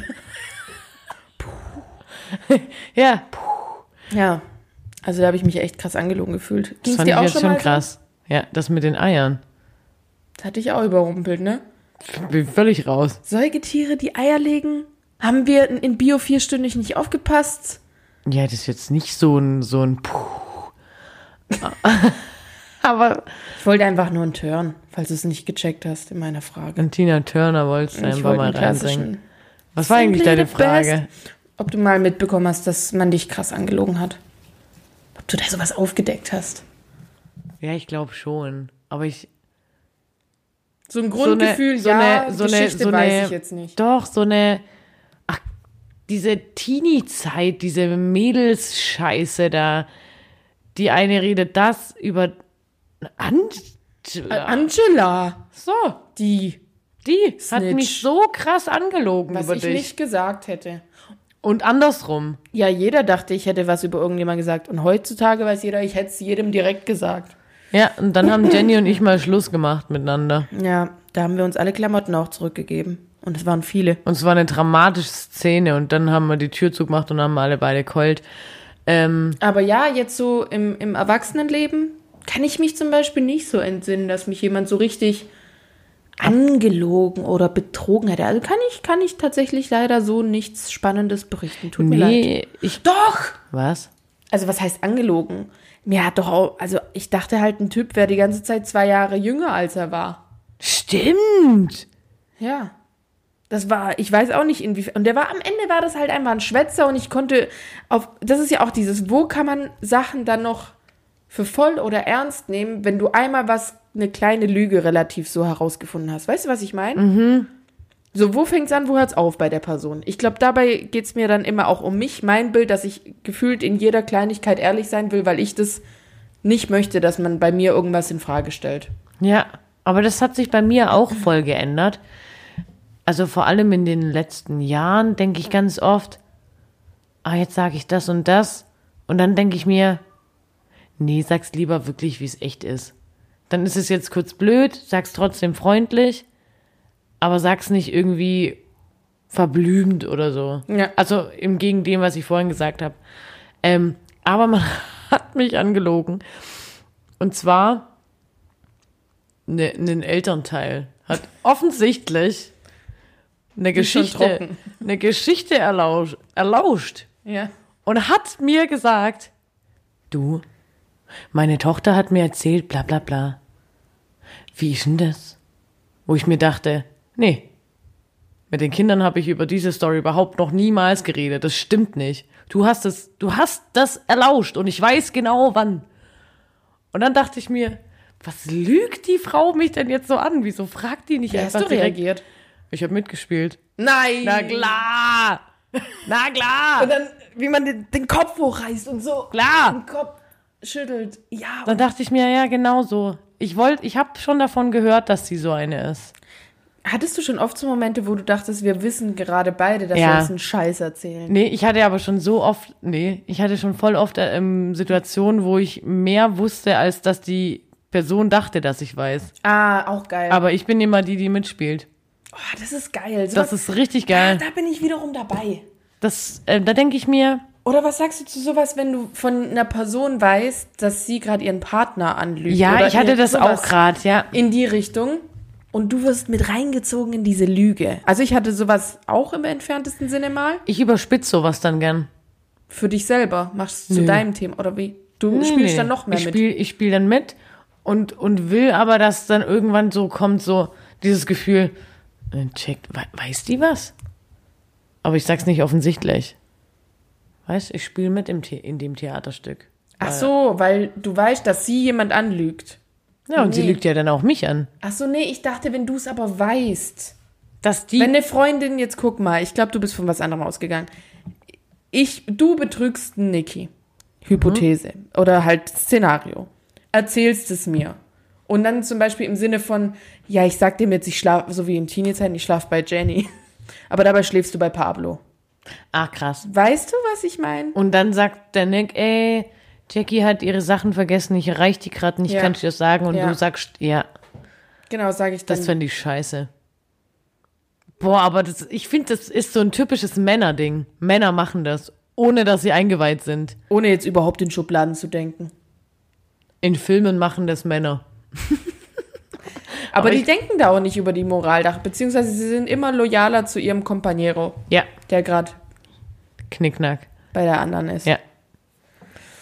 [SPEAKER 4] ja,
[SPEAKER 3] Ja. Also da habe ich mich echt krass angelogen gefühlt.
[SPEAKER 4] das
[SPEAKER 3] Ging's
[SPEAKER 4] fand ich
[SPEAKER 3] dir auch
[SPEAKER 4] jetzt
[SPEAKER 3] schon,
[SPEAKER 4] schon
[SPEAKER 3] mal so?
[SPEAKER 4] krass. Ja, das mit den Eiern.
[SPEAKER 3] Das hatte ich auch überrumpelt, ne?
[SPEAKER 4] Bin völlig raus.
[SPEAKER 3] Säugetiere, die Eier legen? Haben wir in- in Bio vierstündig nicht aufgepasst?
[SPEAKER 4] Ja, das ist jetzt nicht so ein, so ein Puh. Aber
[SPEAKER 3] Ich wollte einfach nur einen Turn, falls du es nicht gecheckt hast in meiner Frage.
[SPEAKER 4] und Tina Turner wolltest du
[SPEAKER 3] ich
[SPEAKER 4] einfach
[SPEAKER 3] wollte
[SPEAKER 4] mal
[SPEAKER 3] einen
[SPEAKER 4] reinbringen.
[SPEAKER 3] klassischen.
[SPEAKER 4] Was war eigentlich
[SPEAKER 3] Simply
[SPEAKER 4] deine
[SPEAKER 3] the best.
[SPEAKER 4] Frage?
[SPEAKER 3] Ob du mal mitbekommen hast, dass man dich krass angelogen hat? Ob du da sowas aufgedeckt hast?
[SPEAKER 4] Ja, ich glaube schon. Aber ich,
[SPEAKER 3] So ein Grundgefühl,
[SPEAKER 4] so eine,
[SPEAKER 3] ja,
[SPEAKER 4] so eine,
[SPEAKER 3] Geschichte
[SPEAKER 4] so eine,
[SPEAKER 3] weiß ich jetzt nicht.
[SPEAKER 4] Doch, so eine, ach, diese Teenie-Zeit, diese Mädels-Scheiße da. Die eine redet das über
[SPEAKER 3] Äh,
[SPEAKER 4] Angela.
[SPEAKER 3] Angela,
[SPEAKER 4] so,
[SPEAKER 3] die,
[SPEAKER 4] die hat
[SPEAKER 3] Snitch.
[SPEAKER 4] mich so krass angelogen
[SPEAKER 3] was
[SPEAKER 4] über
[SPEAKER 3] ich
[SPEAKER 4] dich.
[SPEAKER 3] nicht gesagt hätte.
[SPEAKER 4] Und andersrum.
[SPEAKER 3] Ja, jeder dachte, ich hätte was über irgendjemand gesagt. Und heutzutage weiß jeder, ich hätte es jedem direkt gesagt.
[SPEAKER 4] Ja, und dann haben Jenny und ich mal Schluss gemacht miteinander.
[SPEAKER 3] Ja, da haben wir uns alle Klamotten auch zurückgegeben. Und es waren viele.
[SPEAKER 4] Und es war eine dramatische Szene und dann haben wir die Tür zugemacht und haben alle beide geheult. Ähm,
[SPEAKER 3] Aber ja, jetzt so im, im Erwachsenenleben kann ich mich zum Beispiel nicht so entsinnen, dass mich jemand so richtig angelogen oder betrogen hätte. Also kann ich, kann ich tatsächlich leider so nichts Spannendes berichten. Tut mir leid.
[SPEAKER 4] Nee, ich.
[SPEAKER 3] Doch!
[SPEAKER 4] Was?
[SPEAKER 3] Also was heißt angelogen? Mir hat doch auch, also ich dachte halt, ein Typ wäre die ganze Zeit zwei Jahre jünger, als er war.
[SPEAKER 4] Stimmt!
[SPEAKER 3] Ja. Das war, ich weiß auch nicht inwiefern. Und der war, am Ende war das halt einfach ein Schwätzer und ich konnte auf, das ist ja auch dieses, wo kann man Sachen dann noch für voll oder ernst nehmen, wenn du einmal was, eine kleine Lüge relativ so herausgefunden hast. Weißt du, was ich meine?
[SPEAKER 4] Mhm.
[SPEAKER 3] So, wo fängt's an, wo hört's auf bei der Person? Ich glaube, dabei geht's mir dann immer auch um mich, mein Bild, dass ich gefühlt in jeder Kleinigkeit ehrlich sein will, weil ich das nicht möchte, dass man bei mir irgendwas in Frage stellt.
[SPEAKER 4] Ja, aber das hat sich bei mir auch voll geändert. Also vor allem in den letzten Jahren denke ich ganz oft, ah, jetzt sage ich das und das. Und dann denke ich mir, nee, sag's lieber wirklich, wie es echt ist. Dann ist es jetzt kurz blöd, sag's trotzdem freundlich, aber sag's nicht irgendwie verblümt oder so.
[SPEAKER 3] Ja.
[SPEAKER 4] Also im gegen dem, was ich vorhin gesagt habe. Ähm, aber man hat mich angelogen. Und zwar ne, einen Elternteil hat offensichtlich eine
[SPEAKER 3] ist schon
[SPEAKER 4] Geschichte,
[SPEAKER 3] trocken.
[SPEAKER 4] eine Geschichte erlauscht, erlauscht
[SPEAKER 3] Ja.
[SPEAKER 4] und hat mir gesagt, du, meine Tochter hat mir erzählt, bla bla bla. Wie ist denn das? Wo ich mir dachte, nee, mit den Kindern habe ich über diese Story überhaupt noch niemals geredet. Das stimmt nicht. Du hast es, du hast das erlauscht und ich weiß genau wann. Und dann dachte ich mir, was lügt die Frau mich denn jetzt so an? Wieso fragt die nicht
[SPEAKER 3] Wie hast
[SPEAKER 4] einfach
[SPEAKER 3] du
[SPEAKER 4] direkt?
[SPEAKER 3] reagiert?
[SPEAKER 4] Ich habe mitgespielt.
[SPEAKER 3] Nein!
[SPEAKER 4] Na klar! Na klar!
[SPEAKER 3] Und dann, wie man den, den Kopf hochreißt und so.
[SPEAKER 4] Klar!
[SPEAKER 3] Den Kopf schüttelt. Ja.
[SPEAKER 4] Dann dachte ich mir, ja, genau so. Ich wollte, ich habe schon davon gehört, dass sie so eine ist.
[SPEAKER 3] Hattest du schon oft so Momente, wo du dachtest, wir wissen gerade beide, dass wir
[SPEAKER 4] Ja.
[SPEAKER 3] uns einen Scheiß erzählen?
[SPEAKER 4] Nee, ich hatte aber schon so oft, nee, ich hatte schon voll oft äh, ähm, Situationen, wo ich mehr wusste, als dass die Person dachte, dass ich weiß.
[SPEAKER 3] Ah, auch geil.
[SPEAKER 4] Aber ich bin immer die, die mitspielt.
[SPEAKER 3] oh, das ist geil. So
[SPEAKER 4] Das
[SPEAKER 3] was-
[SPEAKER 4] ist richtig
[SPEAKER 3] ah,
[SPEAKER 4] geil.
[SPEAKER 3] da bin ich wiederum dabei.
[SPEAKER 4] Das, äh, da denke ich mir,
[SPEAKER 3] Oder was sagst du zu sowas, wenn du von einer Person weißt, dass sie gerade ihren Partner anlügt?
[SPEAKER 4] ja,
[SPEAKER 3] Oder
[SPEAKER 4] ich hatte
[SPEAKER 3] ihr-
[SPEAKER 4] das
[SPEAKER 3] sowas
[SPEAKER 4] auch gerade, ja.
[SPEAKER 3] In die Richtung. Und du wirst mit reingezogen in diese Lüge. Also ich hatte sowas auch im entferntesten Sinne mal.
[SPEAKER 4] Ich überspitze sowas dann gern.
[SPEAKER 3] Für dich selber. Machst du zu
[SPEAKER 4] Nö.
[SPEAKER 3] deinem Thema. Oder wie? Du spielst dann noch mehr
[SPEAKER 4] ich
[SPEAKER 3] mit.
[SPEAKER 4] Spiel, ich spiele dann mit und, und will aber, dass dann irgendwann so kommt, so dieses Gefühl, äh, checkt, we- weiß die was? Aber ich sag's nicht offensichtlich. Weißt ich spiele mit im The in dem Theaterstück.
[SPEAKER 3] Ach so, weil du weißt, dass sie jemand anlügt.
[SPEAKER 4] Ja, und sie
[SPEAKER 3] Nee.
[SPEAKER 4] lügt ja dann auch mich an.
[SPEAKER 3] Ach so, nee, ich dachte, wenn du es aber weißt.
[SPEAKER 4] Dass die.
[SPEAKER 3] Wenn eine Freundin, jetzt guck mal, ich glaube, du bist von was anderem ausgegangen. Ich, du betrügst einen Niki. Hypothese.
[SPEAKER 4] Mhm.
[SPEAKER 3] Oder halt Szenario. Erzählst es mir. Und dann zum Beispiel im Sinne von, ja, ich sag dem jetzt, ich schlafe, so wie in Teenie-Zeiten, ich schlafe bei Jenny. Aber dabei schläfst du bei Pablo.
[SPEAKER 4] ah, krass.
[SPEAKER 3] Weißt du, was ich meine?
[SPEAKER 4] Und dann sagt der Nick, ey, Jackie hat ihre Sachen vergessen, ich erreiche die gerade nicht,
[SPEAKER 3] Ja.
[SPEAKER 4] kann ich dir das sagen? Und
[SPEAKER 3] Ja.
[SPEAKER 4] du sagst, ja,
[SPEAKER 3] Genau, sage ich dann.
[SPEAKER 4] Das fände ich scheiße. Boah, aber das, ich finde, das ist so ein typisches Männerding. Männer machen das, ohne dass sie eingeweiht sind.
[SPEAKER 3] ohne jetzt überhaupt in Schubladen zu denken.
[SPEAKER 4] In Filmen machen das Männer.
[SPEAKER 3] Aber,
[SPEAKER 4] Aber
[SPEAKER 3] die
[SPEAKER 4] ich-
[SPEAKER 3] denken da auch nicht über die Moral nach, beziehungsweise sie sind immer loyaler zu ihrem Companiero,
[SPEAKER 4] Ja,
[SPEAKER 3] der gerade
[SPEAKER 4] Knickknack.
[SPEAKER 3] bei der anderen ist.
[SPEAKER 4] Ja.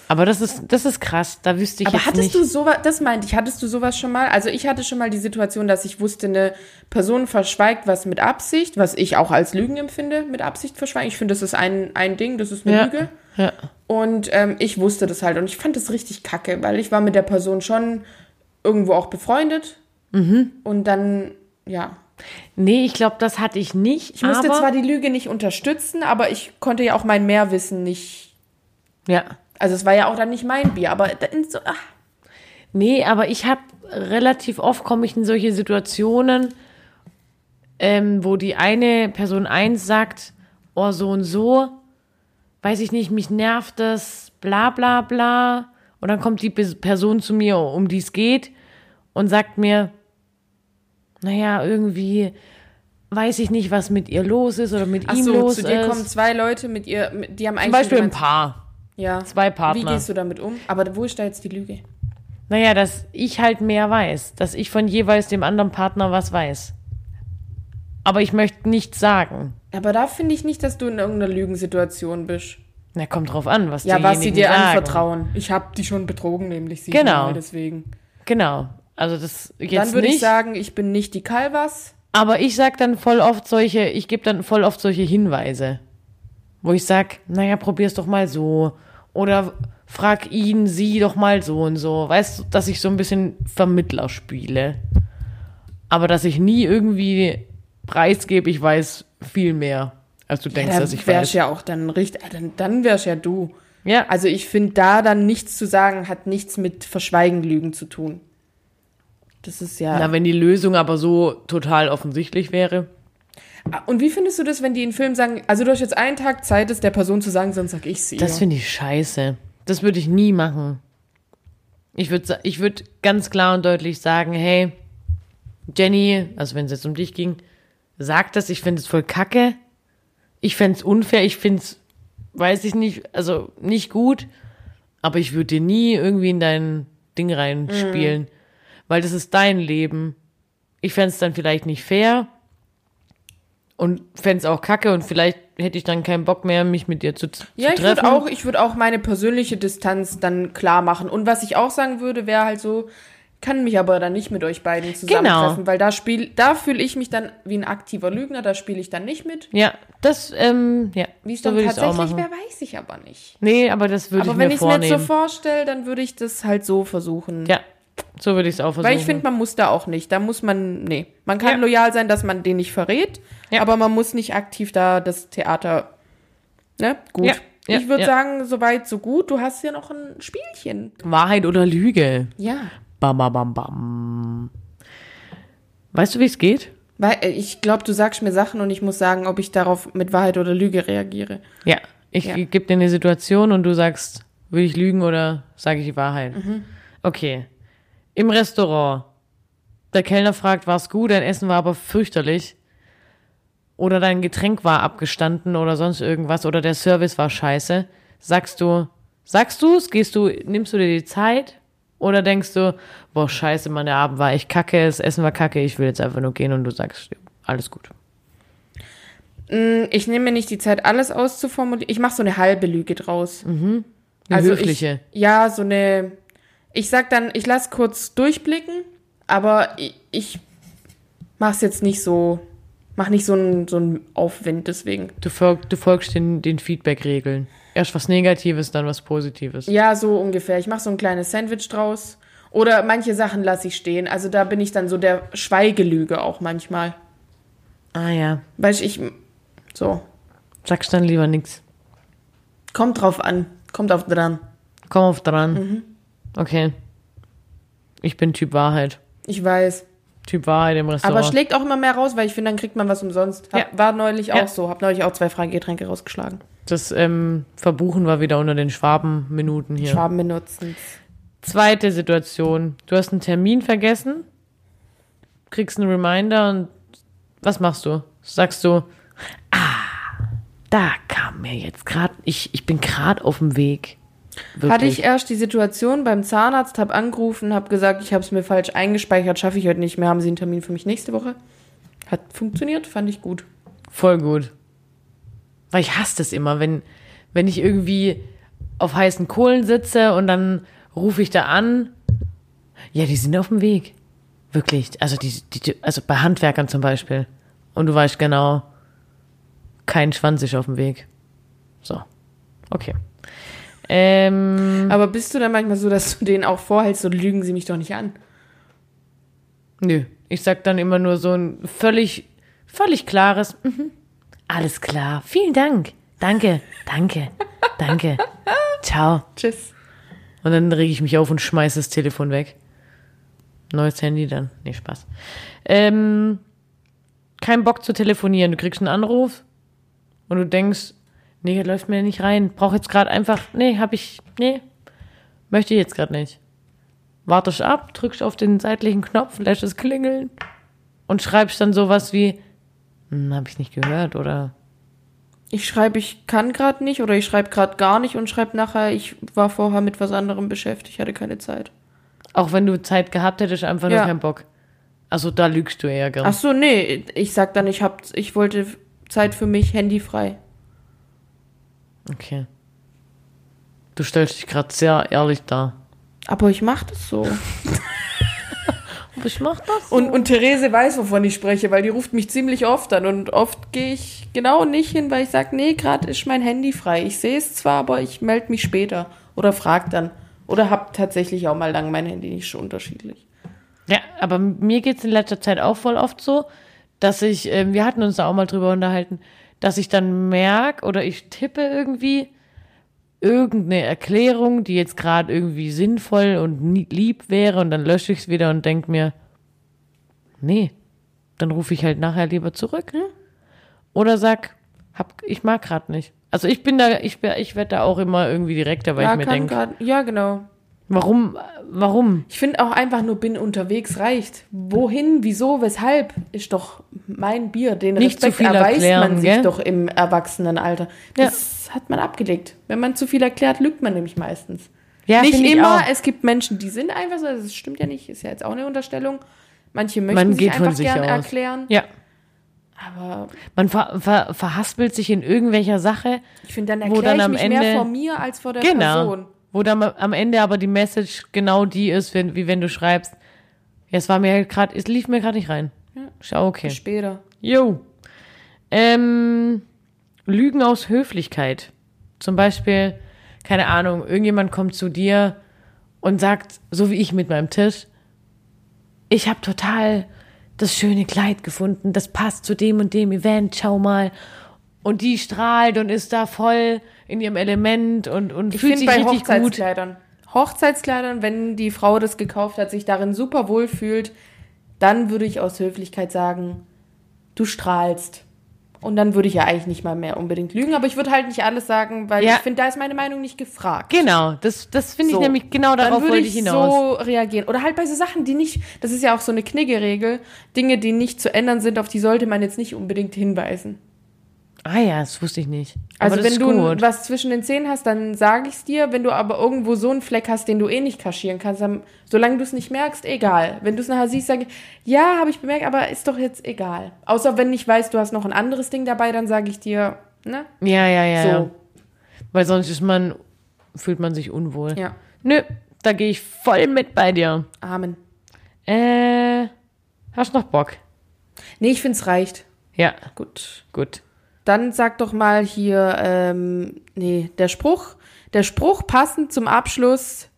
[SPEAKER 4] Aber das ist, das ist krass. Da wüsste ich
[SPEAKER 3] Aber
[SPEAKER 4] jetzt
[SPEAKER 3] hattest
[SPEAKER 4] nicht.
[SPEAKER 3] du sowas, das meinte ich, hattest du sowas schon mal? Also ich hatte schon mal die Situation, dass ich wusste, eine Person verschweigt was mit Absicht, was ich auch als Lügen empfinde, mit Absicht verschweigen. Ich finde, das ist ein, ein Ding, das ist eine
[SPEAKER 4] ja.
[SPEAKER 3] Lüge.
[SPEAKER 4] Ja.
[SPEAKER 3] Und ähm, ich wusste das halt und ich fand das richtig kacke, weil ich war mit der Person schon irgendwo auch befreundet.
[SPEAKER 4] Mhm.
[SPEAKER 3] Und dann, ja,
[SPEAKER 4] Nee, ich glaube, das hatte ich nicht.
[SPEAKER 3] Ich musste
[SPEAKER 4] aber,
[SPEAKER 3] zwar die Lüge nicht unterstützen, aber ich konnte ja auch mein Mehrwissen nicht.
[SPEAKER 4] Ja.
[SPEAKER 3] Also es war ja auch dann nicht mein Bier, aber da- in so, ach,
[SPEAKER 4] Nee, aber ich habe relativ oft komme ich in solche Situationen, ähm, wo die eine Person eins sagt, oh so und so, weiß ich nicht, mich nervt das, bla bla bla. Und dann kommt die Pers- Person zu mir, um die es geht, und sagt mir, naja, irgendwie weiß ich nicht, was mit ihr los ist oder mit
[SPEAKER 3] ach
[SPEAKER 4] ihm
[SPEAKER 3] so,
[SPEAKER 4] los
[SPEAKER 3] zu dir
[SPEAKER 4] ist.
[SPEAKER 3] kommen zwei Leute mit ihr, mit, die haben
[SPEAKER 4] Zum
[SPEAKER 3] eigentlich
[SPEAKER 4] Beispiel
[SPEAKER 3] schon
[SPEAKER 4] ein
[SPEAKER 3] gemeint,
[SPEAKER 4] Paar.
[SPEAKER 3] ja,
[SPEAKER 4] zwei Partner.
[SPEAKER 3] Wie gehst du damit um? Aber wo ist da jetzt die Lüge?
[SPEAKER 4] Naja, dass ich halt mehr weiß, dass ich von jeweils dem anderen Partner was weiß. Aber ich möchte nichts sagen.
[SPEAKER 3] Aber da finde ich nicht, dass du in irgendeiner Lügensituation bist.
[SPEAKER 4] Na, kommt drauf an, was
[SPEAKER 3] Ja, was sie
[SPEAKER 4] diejenigen
[SPEAKER 3] dir
[SPEAKER 4] sagen.
[SPEAKER 3] anvertrauen. Ich habe die schon betrogen, nämlich sie.
[SPEAKER 4] Genau.
[SPEAKER 3] Deswegen.
[SPEAKER 4] Genau. Also das jetzt
[SPEAKER 3] Dann würde
[SPEAKER 4] nicht.
[SPEAKER 3] ich sagen, ich bin nicht die Calvas.
[SPEAKER 4] aber ich sag dann voll oft solche, ich gebe dann voll oft solche Hinweise, wo ich sag, naja, probier's doch mal so oder frag ihn, sie doch mal so und so. Weißt du, dass ich so ein bisschen Vermittler spiele, aber dass ich nie irgendwie preisgebe, ich weiß viel mehr, als du denkst,
[SPEAKER 3] Dann
[SPEAKER 4] dass ich
[SPEAKER 3] wär's
[SPEAKER 4] weiß.
[SPEAKER 3] ja auch dann richtig. Dann, dann wär's ja du.
[SPEAKER 4] Ja,
[SPEAKER 3] Also ich finde, da dann nichts zu sagen, hat nichts mit Verschweigen, Lügen zu tun. Das ist ja.
[SPEAKER 4] na wenn die Lösung aber so total offensichtlich wäre.
[SPEAKER 3] Ah, Und wie findest du das, wenn die in Filmen sagen, also du hast jetzt einen Tag Zeit, es der Person zu sagen, sonst sag ich sie.
[SPEAKER 4] Das finde ich scheiße. Das würde ich nie machen. Ich würde ich würd ganz klar und deutlich sagen, hey, Jenny, also wenn es jetzt um dich ging, sag das, ich finde es voll kacke. Ich fände es unfair, ich finde es, weiß ich nicht, also nicht gut. Aber ich würde dir nie irgendwie in dein Ding
[SPEAKER 3] Mhm.
[SPEAKER 4] reinspielen, weil das ist dein Leben. Ich fände es dann vielleicht nicht fair und fände es auch kacke und vielleicht hätte ich dann keinen Bock mehr, mich mit dir zu, zu
[SPEAKER 3] Ja, ich
[SPEAKER 4] treffen.
[SPEAKER 3] würde auch, ich würd auch meine persönliche Distanz dann klar machen. Und was ich auch sagen würde, wäre halt so, kann mich aber dann nicht mit euch beiden zusammentreffen,
[SPEAKER 4] Genau.
[SPEAKER 3] weil da spiel, da fühle ich mich dann wie ein aktiver Lügner, da spiele ich dann nicht mit.
[SPEAKER 4] Ja, das, ähm, ja.
[SPEAKER 3] Wie es
[SPEAKER 4] so
[SPEAKER 3] dann
[SPEAKER 4] würde ich es auch
[SPEAKER 3] tatsächlich
[SPEAKER 4] machen.
[SPEAKER 3] wäre, weiß ich aber nicht.
[SPEAKER 4] Nee, aber das würde ich
[SPEAKER 3] aber
[SPEAKER 4] mir
[SPEAKER 3] wenn ich es mir jetzt so
[SPEAKER 4] vornehmen.
[SPEAKER 3] vorstelle, dann würde ich das halt so versuchen.
[SPEAKER 4] ja, so würde ich es auch versuchen.
[SPEAKER 3] Weil ich finde, man muss da auch nicht. Da muss man, nee. Man kann
[SPEAKER 4] Ja.
[SPEAKER 3] loyal sein, dass man den nicht verrät,
[SPEAKER 4] Ja.
[SPEAKER 3] aber man muss nicht aktiv da das Theater, ne? Gut.
[SPEAKER 4] Ja, ja,
[SPEAKER 3] ich würde
[SPEAKER 4] ja.
[SPEAKER 3] sagen, soweit, so gut. Du hast ja noch ein Spielchen.
[SPEAKER 4] Wahrheit oder Lüge.
[SPEAKER 3] Ja.
[SPEAKER 4] Bam, bam, bam, bam. Weißt du, wie es geht?
[SPEAKER 3] Weil äh, ich glaube, du sagst mir Sachen und ich muss sagen, ob ich darauf mit Wahrheit oder Lüge reagiere.
[SPEAKER 4] Ja, ich
[SPEAKER 3] Ja.
[SPEAKER 4] gebe dir eine Situation und du sagst, will ich lügen oder sage ich die Wahrheit? Okay. Im Restaurant. Der Kellner fragt, war's gut, dein Essen war aber fürchterlich. Oder dein Getränk war abgestanden oder sonst irgendwas oder der Service war scheiße. Sagst du, sagst du es? Gehst du, nimmst du dir die Zeit? Oder denkst du, boah, scheiße, Mann, der Abend war echt kacke, das Essen war kacke, ich will jetzt einfach nur gehen und du sagst, alles gut.
[SPEAKER 3] Mm, Ich nehme mir nicht die Zeit, alles auszuformulieren. Ich mache so eine halbe Lüge draus.
[SPEAKER 4] Mhm. Eine
[SPEAKER 3] Also
[SPEAKER 4] höfliche.
[SPEAKER 3] Ich, ja, so eine. Ich sag dann, ich lass kurz durchblicken, aber ich, ich mach's jetzt nicht so. Mach nicht so einen so einen Aufwind deswegen.
[SPEAKER 4] Du, folg, du folgst den, den Feedback-Regeln. Erst was Negatives, dann was Positives.
[SPEAKER 3] Ja, so ungefähr. Ich mach so ein kleines Sandwich draus. Oder manche Sachen lasse ich stehen. Also da bin ich dann so der Schweigelüge auch manchmal.
[SPEAKER 4] Ah ja,
[SPEAKER 3] Weil ich. So.
[SPEAKER 4] sagst dann lieber nichts.
[SPEAKER 3] Kommt drauf an. Kommt auf dran.
[SPEAKER 4] Komm auf dran.
[SPEAKER 3] Mhm.
[SPEAKER 4] Okay. Ich bin Typ Wahrheit.
[SPEAKER 3] Ich weiß.
[SPEAKER 4] Typ Wahrheit im
[SPEAKER 3] Aber
[SPEAKER 4] Restaurant.
[SPEAKER 3] schlägt auch immer mehr raus, weil ich finde, dann kriegt man was umsonst. Hab,
[SPEAKER 4] Ja.
[SPEAKER 3] War neulich
[SPEAKER 4] Ja.
[SPEAKER 3] auch so. Hab neulich auch zwei Fragegetränke rausgeschlagen.
[SPEAKER 4] das ähm, Verbuchen war wieder unter den Schwaben-Minuten hier.
[SPEAKER 3] Schwaben benutzen.
[SPEAKER 4] Zweite Situation. Du hast einen Termin vergessen, kriegst einen Reminder und was machst du? Sagst du, ah, da kam mir jetzt gerade, ich, ich bin gerade auf dem Weg. Wirklich.
[SPEAKER 3] Hatte ich erst die Situation beim Zahnarzt, hab angerufen, hab gesagt, ich hab's mir falsch eingespeichert, schaffe ich heute nicht mehr, haben Sie einen Termin für mich nächste Woche? Hat funktioniert, fand ich gut.
[SPEAKER 4] Voll gut. Weil ich hasse das immer, wenn, wenn ich irgendwie auf heißen Kohlen sitze und dann rufe ich da an. Ja, die sind auf dem Weg. Wirklich. Also, die, die, also bei Handwerkern zum Beispiel. Und du weißt genau, kein Schwanz ist auf dem Weg. So. Okay. Ähm,
[SPEAKER 3] Aber bist du dann manchmal so, dass du denen auch vorhältst, so lügen sie mich doch nicht an?
[SPEAKER 4] nö. Ich sag dann immer nur so ein völlig, völlig klares, mhm. alles klar. Vielen Dank. Danke, danke, danke. Ciao.
[SPEAKER 3] Tschüss.
[SPEAKER 4] Und dann reg ich mich auf und schmeiß das Telefon weg. Neues Handy dann. Nee, Spaß. Ähm, kein Bock zu telefonieren. Du kriegst einen Anruf und du denkst, nee, das läuft mir nicht rein. Brauch jetzt gerade einfach, nee, hab ich, nee, möchte ich jetzt gerade nicht. Wartest ab, drückst auf den seitlichen Knopf, lässt es klingeln und schreibst dann sowas wie, hm, hab ich nicht gehört oder
[SPEAKER 3] Ich schreibe, ich kann gerade nicht oder ich schreibe gerade gar nicht und schreibe nachher, ich war vorher mit was anderem beschäftigt, hatte keine Zeit.
[SPEAKER 4] Auch wenn du Zeit gehabt hättest, einfach nur
[SPEAKER 3] Ja.
[SPEAKER 4] keinen Bock. Also da lügst du eher gern.
[SPEAKER 3] Ach so, nee, ich sag dann, ich hab, ich wollte Zeit für mich handyfrei.
[SPEAKER 4] Okay. Du stellst dich gerade sehr ehrlich dar.
[SPEAKER 3] Aber ich mach das so.
[SPEAKER 4] Aber ich mach das.
[SPEAKER 3] Und, und Therese weiß, wovon ich spreche, weil die ruft mich ziemlich oft an. Und oft gehe ich genau nicht hin, weil ich sage, nee, gerade ist mein Handy frei. Ich sehe es zwar, aber ich melde mich später. Oder frag dann. Oder hab tatsächlich auch mal lang mein Handy nicht schon unterschiedlich.
[SPEAKER 4] Ja, aber mir geht's in letzter Zeit auch voll oft so, dass ich, ähm, wir hatten uns da auch mal drüber unterhalten, dass ich dann merk oder ich tippe irgendwie irgendeine Erklärung, die jetzt gerade irgendwie sinnvoll und nie- lieb wäre und dann lösche ich's wieder und denk mir, nee, dann rufe ich halt nachher lieber zurück. Oder sag, hab, ich mag gerade nicht. Also ich bin da, ich, wär- ich werd da auch immer irgendwie direkter, weil ich mir denk,
[SPEAKER 3] grad, ja, genau.
[SPEAKER 4] warum, warum?
[SPEAKER 3] Ich finde auch einfach nur bin unterwegs reicht. Wohin, wieso, weshalb ist doch mein Bier. Den
[SPEAKER 4] Nicht zu
[SPEAKER 3] Respekt
[SPEAKER 4] viel
[SPEAKER 3] erweist
[SPEAKER 4] erklären,
[SPEAKER 3] man sich
[SPEAKER 4] gell?
[SPEAKER 3] doch im Erwachsenenalter. Das hat man abgelegt. Wenn man zu viel erklärt, lügt man nämlich meistens.
[SPEAKER 4] Ja,
[SPEAKER 3] nicht
[SPEAKER 4] find ich
[SPEAKER 3] immer.
[SPEAKER 4] auch.
[SPEAKER 3] Es gibt Menschen, die sind einfach so. Das stimmt ja nicht. Ist ja jetzt auch eine Unterstellung. Manche möchten
[SPEAKER 4] Man
[SPEAKER 3] sich
[SPEAKER 4] geht von
[SPEAKER 3] einfach
[SPEAKER 4] sich
[SPEAKER 3] gern
[SPEAKER 4] aus.
[SPEAKER 3] erklären.
[SPEAKER 4] Ja.
[SPEAKER 3] Aber
[SPEAKER 4] Man ver, ver, verhaspelt sich in irgendwelcher Sache,
[SPEAKER 3] ich finde, dann
[SPEAKER 4] Wo
[SPEAKER 3] erkläre
[SPEAKER 4] dann
[SPEAKER 3] ich
[SPEAKER 4] am
[SPEAKER 3] mich
[SPEAKER 4] Ende-
[SPEAKER 3] mehr vor mir als vor der
[SPEAKER 4] genau,
[SPEAKER 3] Person.
[SPEAKER 4] wo dann am Ende aber die Message genau die ist, wenn, wie wenn du schreibst, ja, es war mir halt gerade, es lief mir gerade nicht rein. Schau, okay.
[SPEAKER 3] Später.
[SPEAKER 4] Jo. Ähm, Lügen aus Höflichkeit. Zum Beispiel, keine Ahnung, irgendjemand kommt zu dir und sagt, so wie ich mit meinem Tisch, ich habe total das schöne Kleid gefunden, das passt zu dem und dem Event, schau mal. Und die strahlt und ist da voll in ihrem Element und, und
[SPEAKER 3] Ich
[SPEAKER 4] fühlt
[SPEAKER 3] finde
[SPEAKER 4] sich
[SPEAKER 3] bei
[SPEAKER 4] richtig gut.
[SPEAKER 3] Hochzeitskleidern. Hochzeitskleidern, wenn die Frau das gekauft hat, sich darin super wohl fühlt, dann würde ich aus Höflichkeit sagen, du strahlst. Und dann würde ich ja eigentlich nicht mal mehr unbedingt lügen, aber ich würde halt nicht alles sagen, weil
[SPEAKER 4] Ja.
[SPEAKER 3] ich finde, da ist meine Meinung nicht gefragt.
[SPEAKER 4] Genau, das, das finde ich
[SPEAKER 3] So.
[SPEAKER 4] nämlich, genau darauf
[SPEAKER 3] dann würde
[SPEAKER 4] wollte
[SPEAKER 3] ich,
[SPEAKER 4] ich hinaus.
[SPEAKER 3] so reagieren. Oder halt bei so Sachen, die nicht, das ist ja auch so eine Knigge-Regel, Dinge, die nicht zu ändern sind, auf die sollte man jetzt nicht unbedingt hinweisen.
[SPEAKER 4] ah ja, das wusste ich nicht. Aber
[SPEAKER 3] Also
[SPEAKER 4] das
[SPEAKER 3] wenn
[SPEAKER 4] ist
[SPEAKER 3] du
[SPEAKER 4] gut.
[SPEAKER 3] was zwischen den Zähnen hast, dann sage ich's dir. Wenn du aber irgendwo so einen Fleck hast, den du eh nicht kaschieren kannst, dann, solange du es nicht merkst, egal. Wenn du es nachher siehst, sage ich, ja, habe ich bemerkt, aber ist doch jetzt egal. Außer wenn ich weiß, du hast noch ein anderes Ding dabei, dann sage ich dir, ne?
[SPEAKER 4] Ja, ja, ja. ja.
[SPEAKER 3] So,
[SPEAKER 4] Weil sonst ist man, fühlt man sich unwohl.
[SPEAKER 3] ja.
[SPEAKER 4] Nö, da gehe ich voll mit bei dir.
[SPEAKER 3] Amen.
[SPEAKER 4] Äh, hast noch Bock?
[SPEAKER 3] Nee, ich find's reicht.
[SPEAKER 4] Ja,
[SPEAKER 3] Gut.
[SPEAKER 4] gut.
[SPEAKER 3] Dann sag doch mal hier, ähm, nee, der Spruch, der Spruch passend zum Abschluss.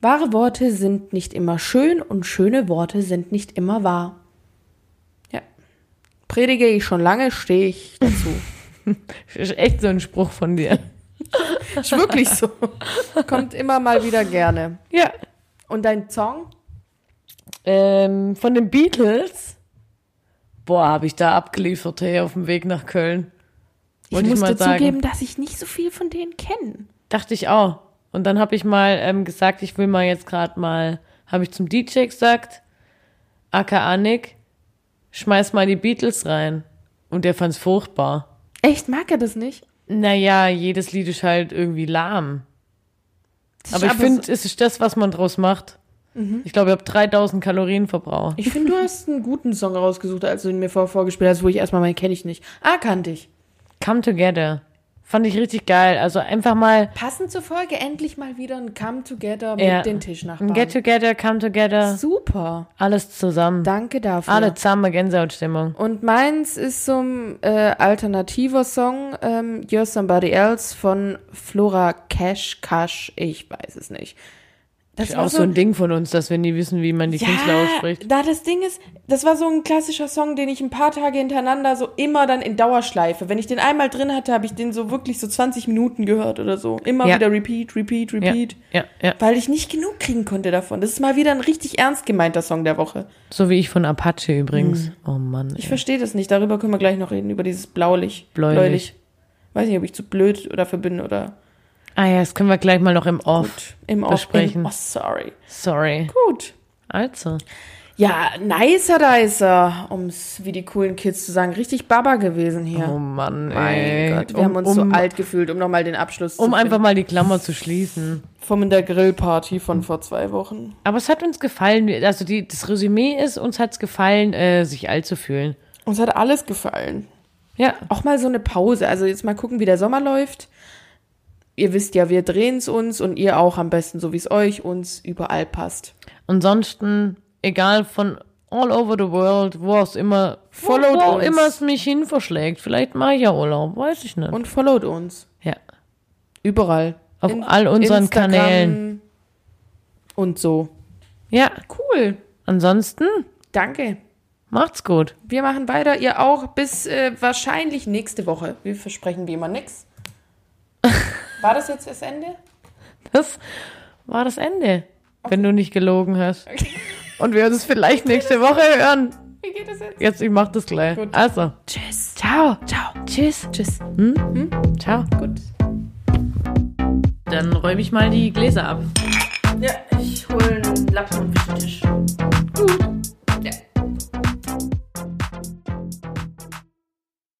[SPEAKER 3] Wahre Worte sind nicht immer schön und schöne Worte sind nicht immer wahr. Ja. Predige ich schon lange, stehe ich dazu.
[SPEAKER 4] Ist echt so ein Spruch von dir.
[SPEAKER 3] Ist wirklich so. Kommt immer mal wieder gerne.
[SPEAKER 4] Ja.
[SPEAKER 3] Und dein Song?
[SPEAKER 4] Ähm, von den Beatles. Boah, habe ich da abgeliefert, hey, auf dem Weg nach Köln.
[SPEAKER 3] Ich
[SPEAKER 4] Wollte ich
[SPEAKER 3] musste
[SPEAKER 4] mal sagen.
[SPEAKER 3] zugeben, dass ich nicht so viel von denen kenne.
[SPEAKER 4] Dachte ich auch. Und dann habe ich mal ähm, gesagt, ich will mal jetzt gerade mal, habe ich zum DJ gesagt, aka Nick, schmeiß mal die Beatles rein. Und der fand's furchtbar.
[SPEAKER 3] Echt, mag er das nicht?
[SPEAKER 4] Naja, jedes Lied ist halt irgendwie lahm.
[SPEAKER 3] Das ist
[SPEAKER 4] Aber ich
[SPEAKER 3] so-
[SPEAKER 4] finde, es Mhm. ist das, was man draus macht. Ich glaube, ich habe 3000 Kalorien verbraucht.
[SPEAKER 3] Ich finde, du hast einen guten Song rausgesucht, als du ihn mir vor, vorgespielt hast, wo ich erstmal meine kenne ich nicht. Ah, kannte ich.
[SPEAKER 4] Come Together. Fand ich richtig geil. Also einfach mal
[SPEAKER 3] Passend zur Folge endlich mal wieder ein Come Together mit
[SPEAKER 4] Ja.
[SPEAKER 3] den Tischnachbarn.
[SPEAKER 4] ein Get Together, Come Together,
[SPEAKER 3] Super.
[SPEAKER 4] alles zusammen.
[SPEAKER 3] Danke dafür.
[SPEAKER 4] Alle zusammen, Gänsehautstimmung.
[SPEAKER 3] Und meins ist so ein äh, alternativer Song, ähm, You're Somebody Else von Flora Cash Cash. Ich weiß es nicht. Das
[SPEAKER 4] Ist auch so ein Ding von uns, dass wir nie wissen, wie man die Künstler ausspricht.
[SPEAKER 3] Da das Ding ist, das war so ein klassischer Song, den ich ein paar Tage hintereinander so immer dann in Dauerschleife. Wenn ich den einmal drin hatte, habe ich den so wirklich so 20 Minuten gehört oder so. Immer
[SPEAKER 4] Ja.
[SPEAKER 3] wieder repeat, repeat,
[SPEAKER 4] Ja,
[SPEAKER 3] repeat.
[SPEAKER 4] ja, ja.
[SPEAKER 3] Weil ich nicht genug kriegen konnte davon. Das ist mal wieder ein richtig ernst gemeinter Song der Woche.
[SPEAKER 4] So wie ich von Apache übrigens. Oh Mann.
[SPEAKER 3] Hm. Ich
[SPEAKER 4] ey.
[SPEAKER 3] verstehe das nicht. Darüber können wir gleich noch reden, über dieses Blaulich.
[SPEAKER 4] Bläulich.
[SPEAKER 3] Weiß nicht, ob ich zu blöd dafür bin oder
[SPEAKER 4] Ah ja, das können wir gleich mal noch im Off.
[SPEAKER 3] im Off.
[SPEAKER 4] Besprechen.
[SPEAKER 3] Im, oh, sorry.
[SPEAKER 4] Sorry.
[SPEAKER 3] Gut.
[SPEAKER 4] Also.
[SPEAKER 3] Ja, nicer Dicer, um es wie die coolen Kids zu sagen. Richtig Baba gewesen hier.
[SPEAKER 4] Oh Mann,
[SPEAKER 3] mein
[SPEAKER 4] ey.
[SPEAKER 3] Gott, wir
[SPEAKER 4] um,
[SPEAKER 3] haben uns
[SPEAKER 4] um,
[SPEAKER 3] so alt gefühlt, um nochmal den Abschluss
[SPEAKER 4] Um
[SPEAKER 3] zu
[SPEAKER 4] einfach mal die Klammer zu schließen.
[SPEAKER 3] Vom in der Grillparty von vor zwei Wochen.
[SPEAKER 4] Aber es hat uns gefallen, also die, das Resümee ist, uns hat es gefallen, äh, sich alt zu fühlen.
[SPEAKER 3] Uns hat alles gefallen.
[SPEAKER 4] Ja,
[SPEAKER 3] Auch mal so eine Pause. Also jetzt mal gucken, wie der Sommer läuft. Ihr wisst ja, wir drehen es uns und ihr auch am besten, so wie es euch uns überall passt.
[SPEAKER 4] ansonsten, egal von all over the world, wo es immer,
[SPEAKER 3] Followed
[SPEAKER 4] wo, wo
[SPEAKER 3] uns.
[SPEAKER 4] immer es mich hin verschlägt. Vielleicht mache ich ja Urlaub, weiß ich nicht.
[SPEAKER 3] Und followt uns.
[SPEAKER 4] ja,
[SPEAKER 3] Überall.
[SPEAKER 4] auf
[SPEAKER 3] In-
[SPEAKER 4] all unseren
[SPEAKER 3] Instagram
[SPEAKER 4] Kanälen.
[SPEAKER 3] Und so.
[SPEAKER 4] Ja,
[SPEAKER 3] Cool.
[SPEAKER 4] ansonsten,
[SPEAKER 3] Danke.
[SPEAKER 4] macht's gut.
[SPEAKER 3] Wir machen weiter, ihr auch, bis äh, wahrscheinlich nächste Woche. Wir versprechen wie immer nichts. War das jetzt das Ende?
[SPEAKER 4] Das war das Ende, wenn du nicht gelogen hast. Und wir uns vielleicht nächste Woche hören.
[SPEAKER 3] Wie geht das jetzt?
[SPEAKER 4] Jetzt, ich mach das gleich.
[SPEAKER 3] Gut.
[SPEAKER 4] Also,
[SPEAKER 3] Tschüss.
[SPEAKER 4] ciao. Hm?
[SPEAKER 3] Ciao. Tschüss. Tschüss. Hm?
[SPEAKER 4] Ciao.
[SPEAKER 3] Gut.
[SPEAKER 4] Dann räume ich mal die Gläser ab.
[SPEAKER 3] Ja, ich hole einen Lappen und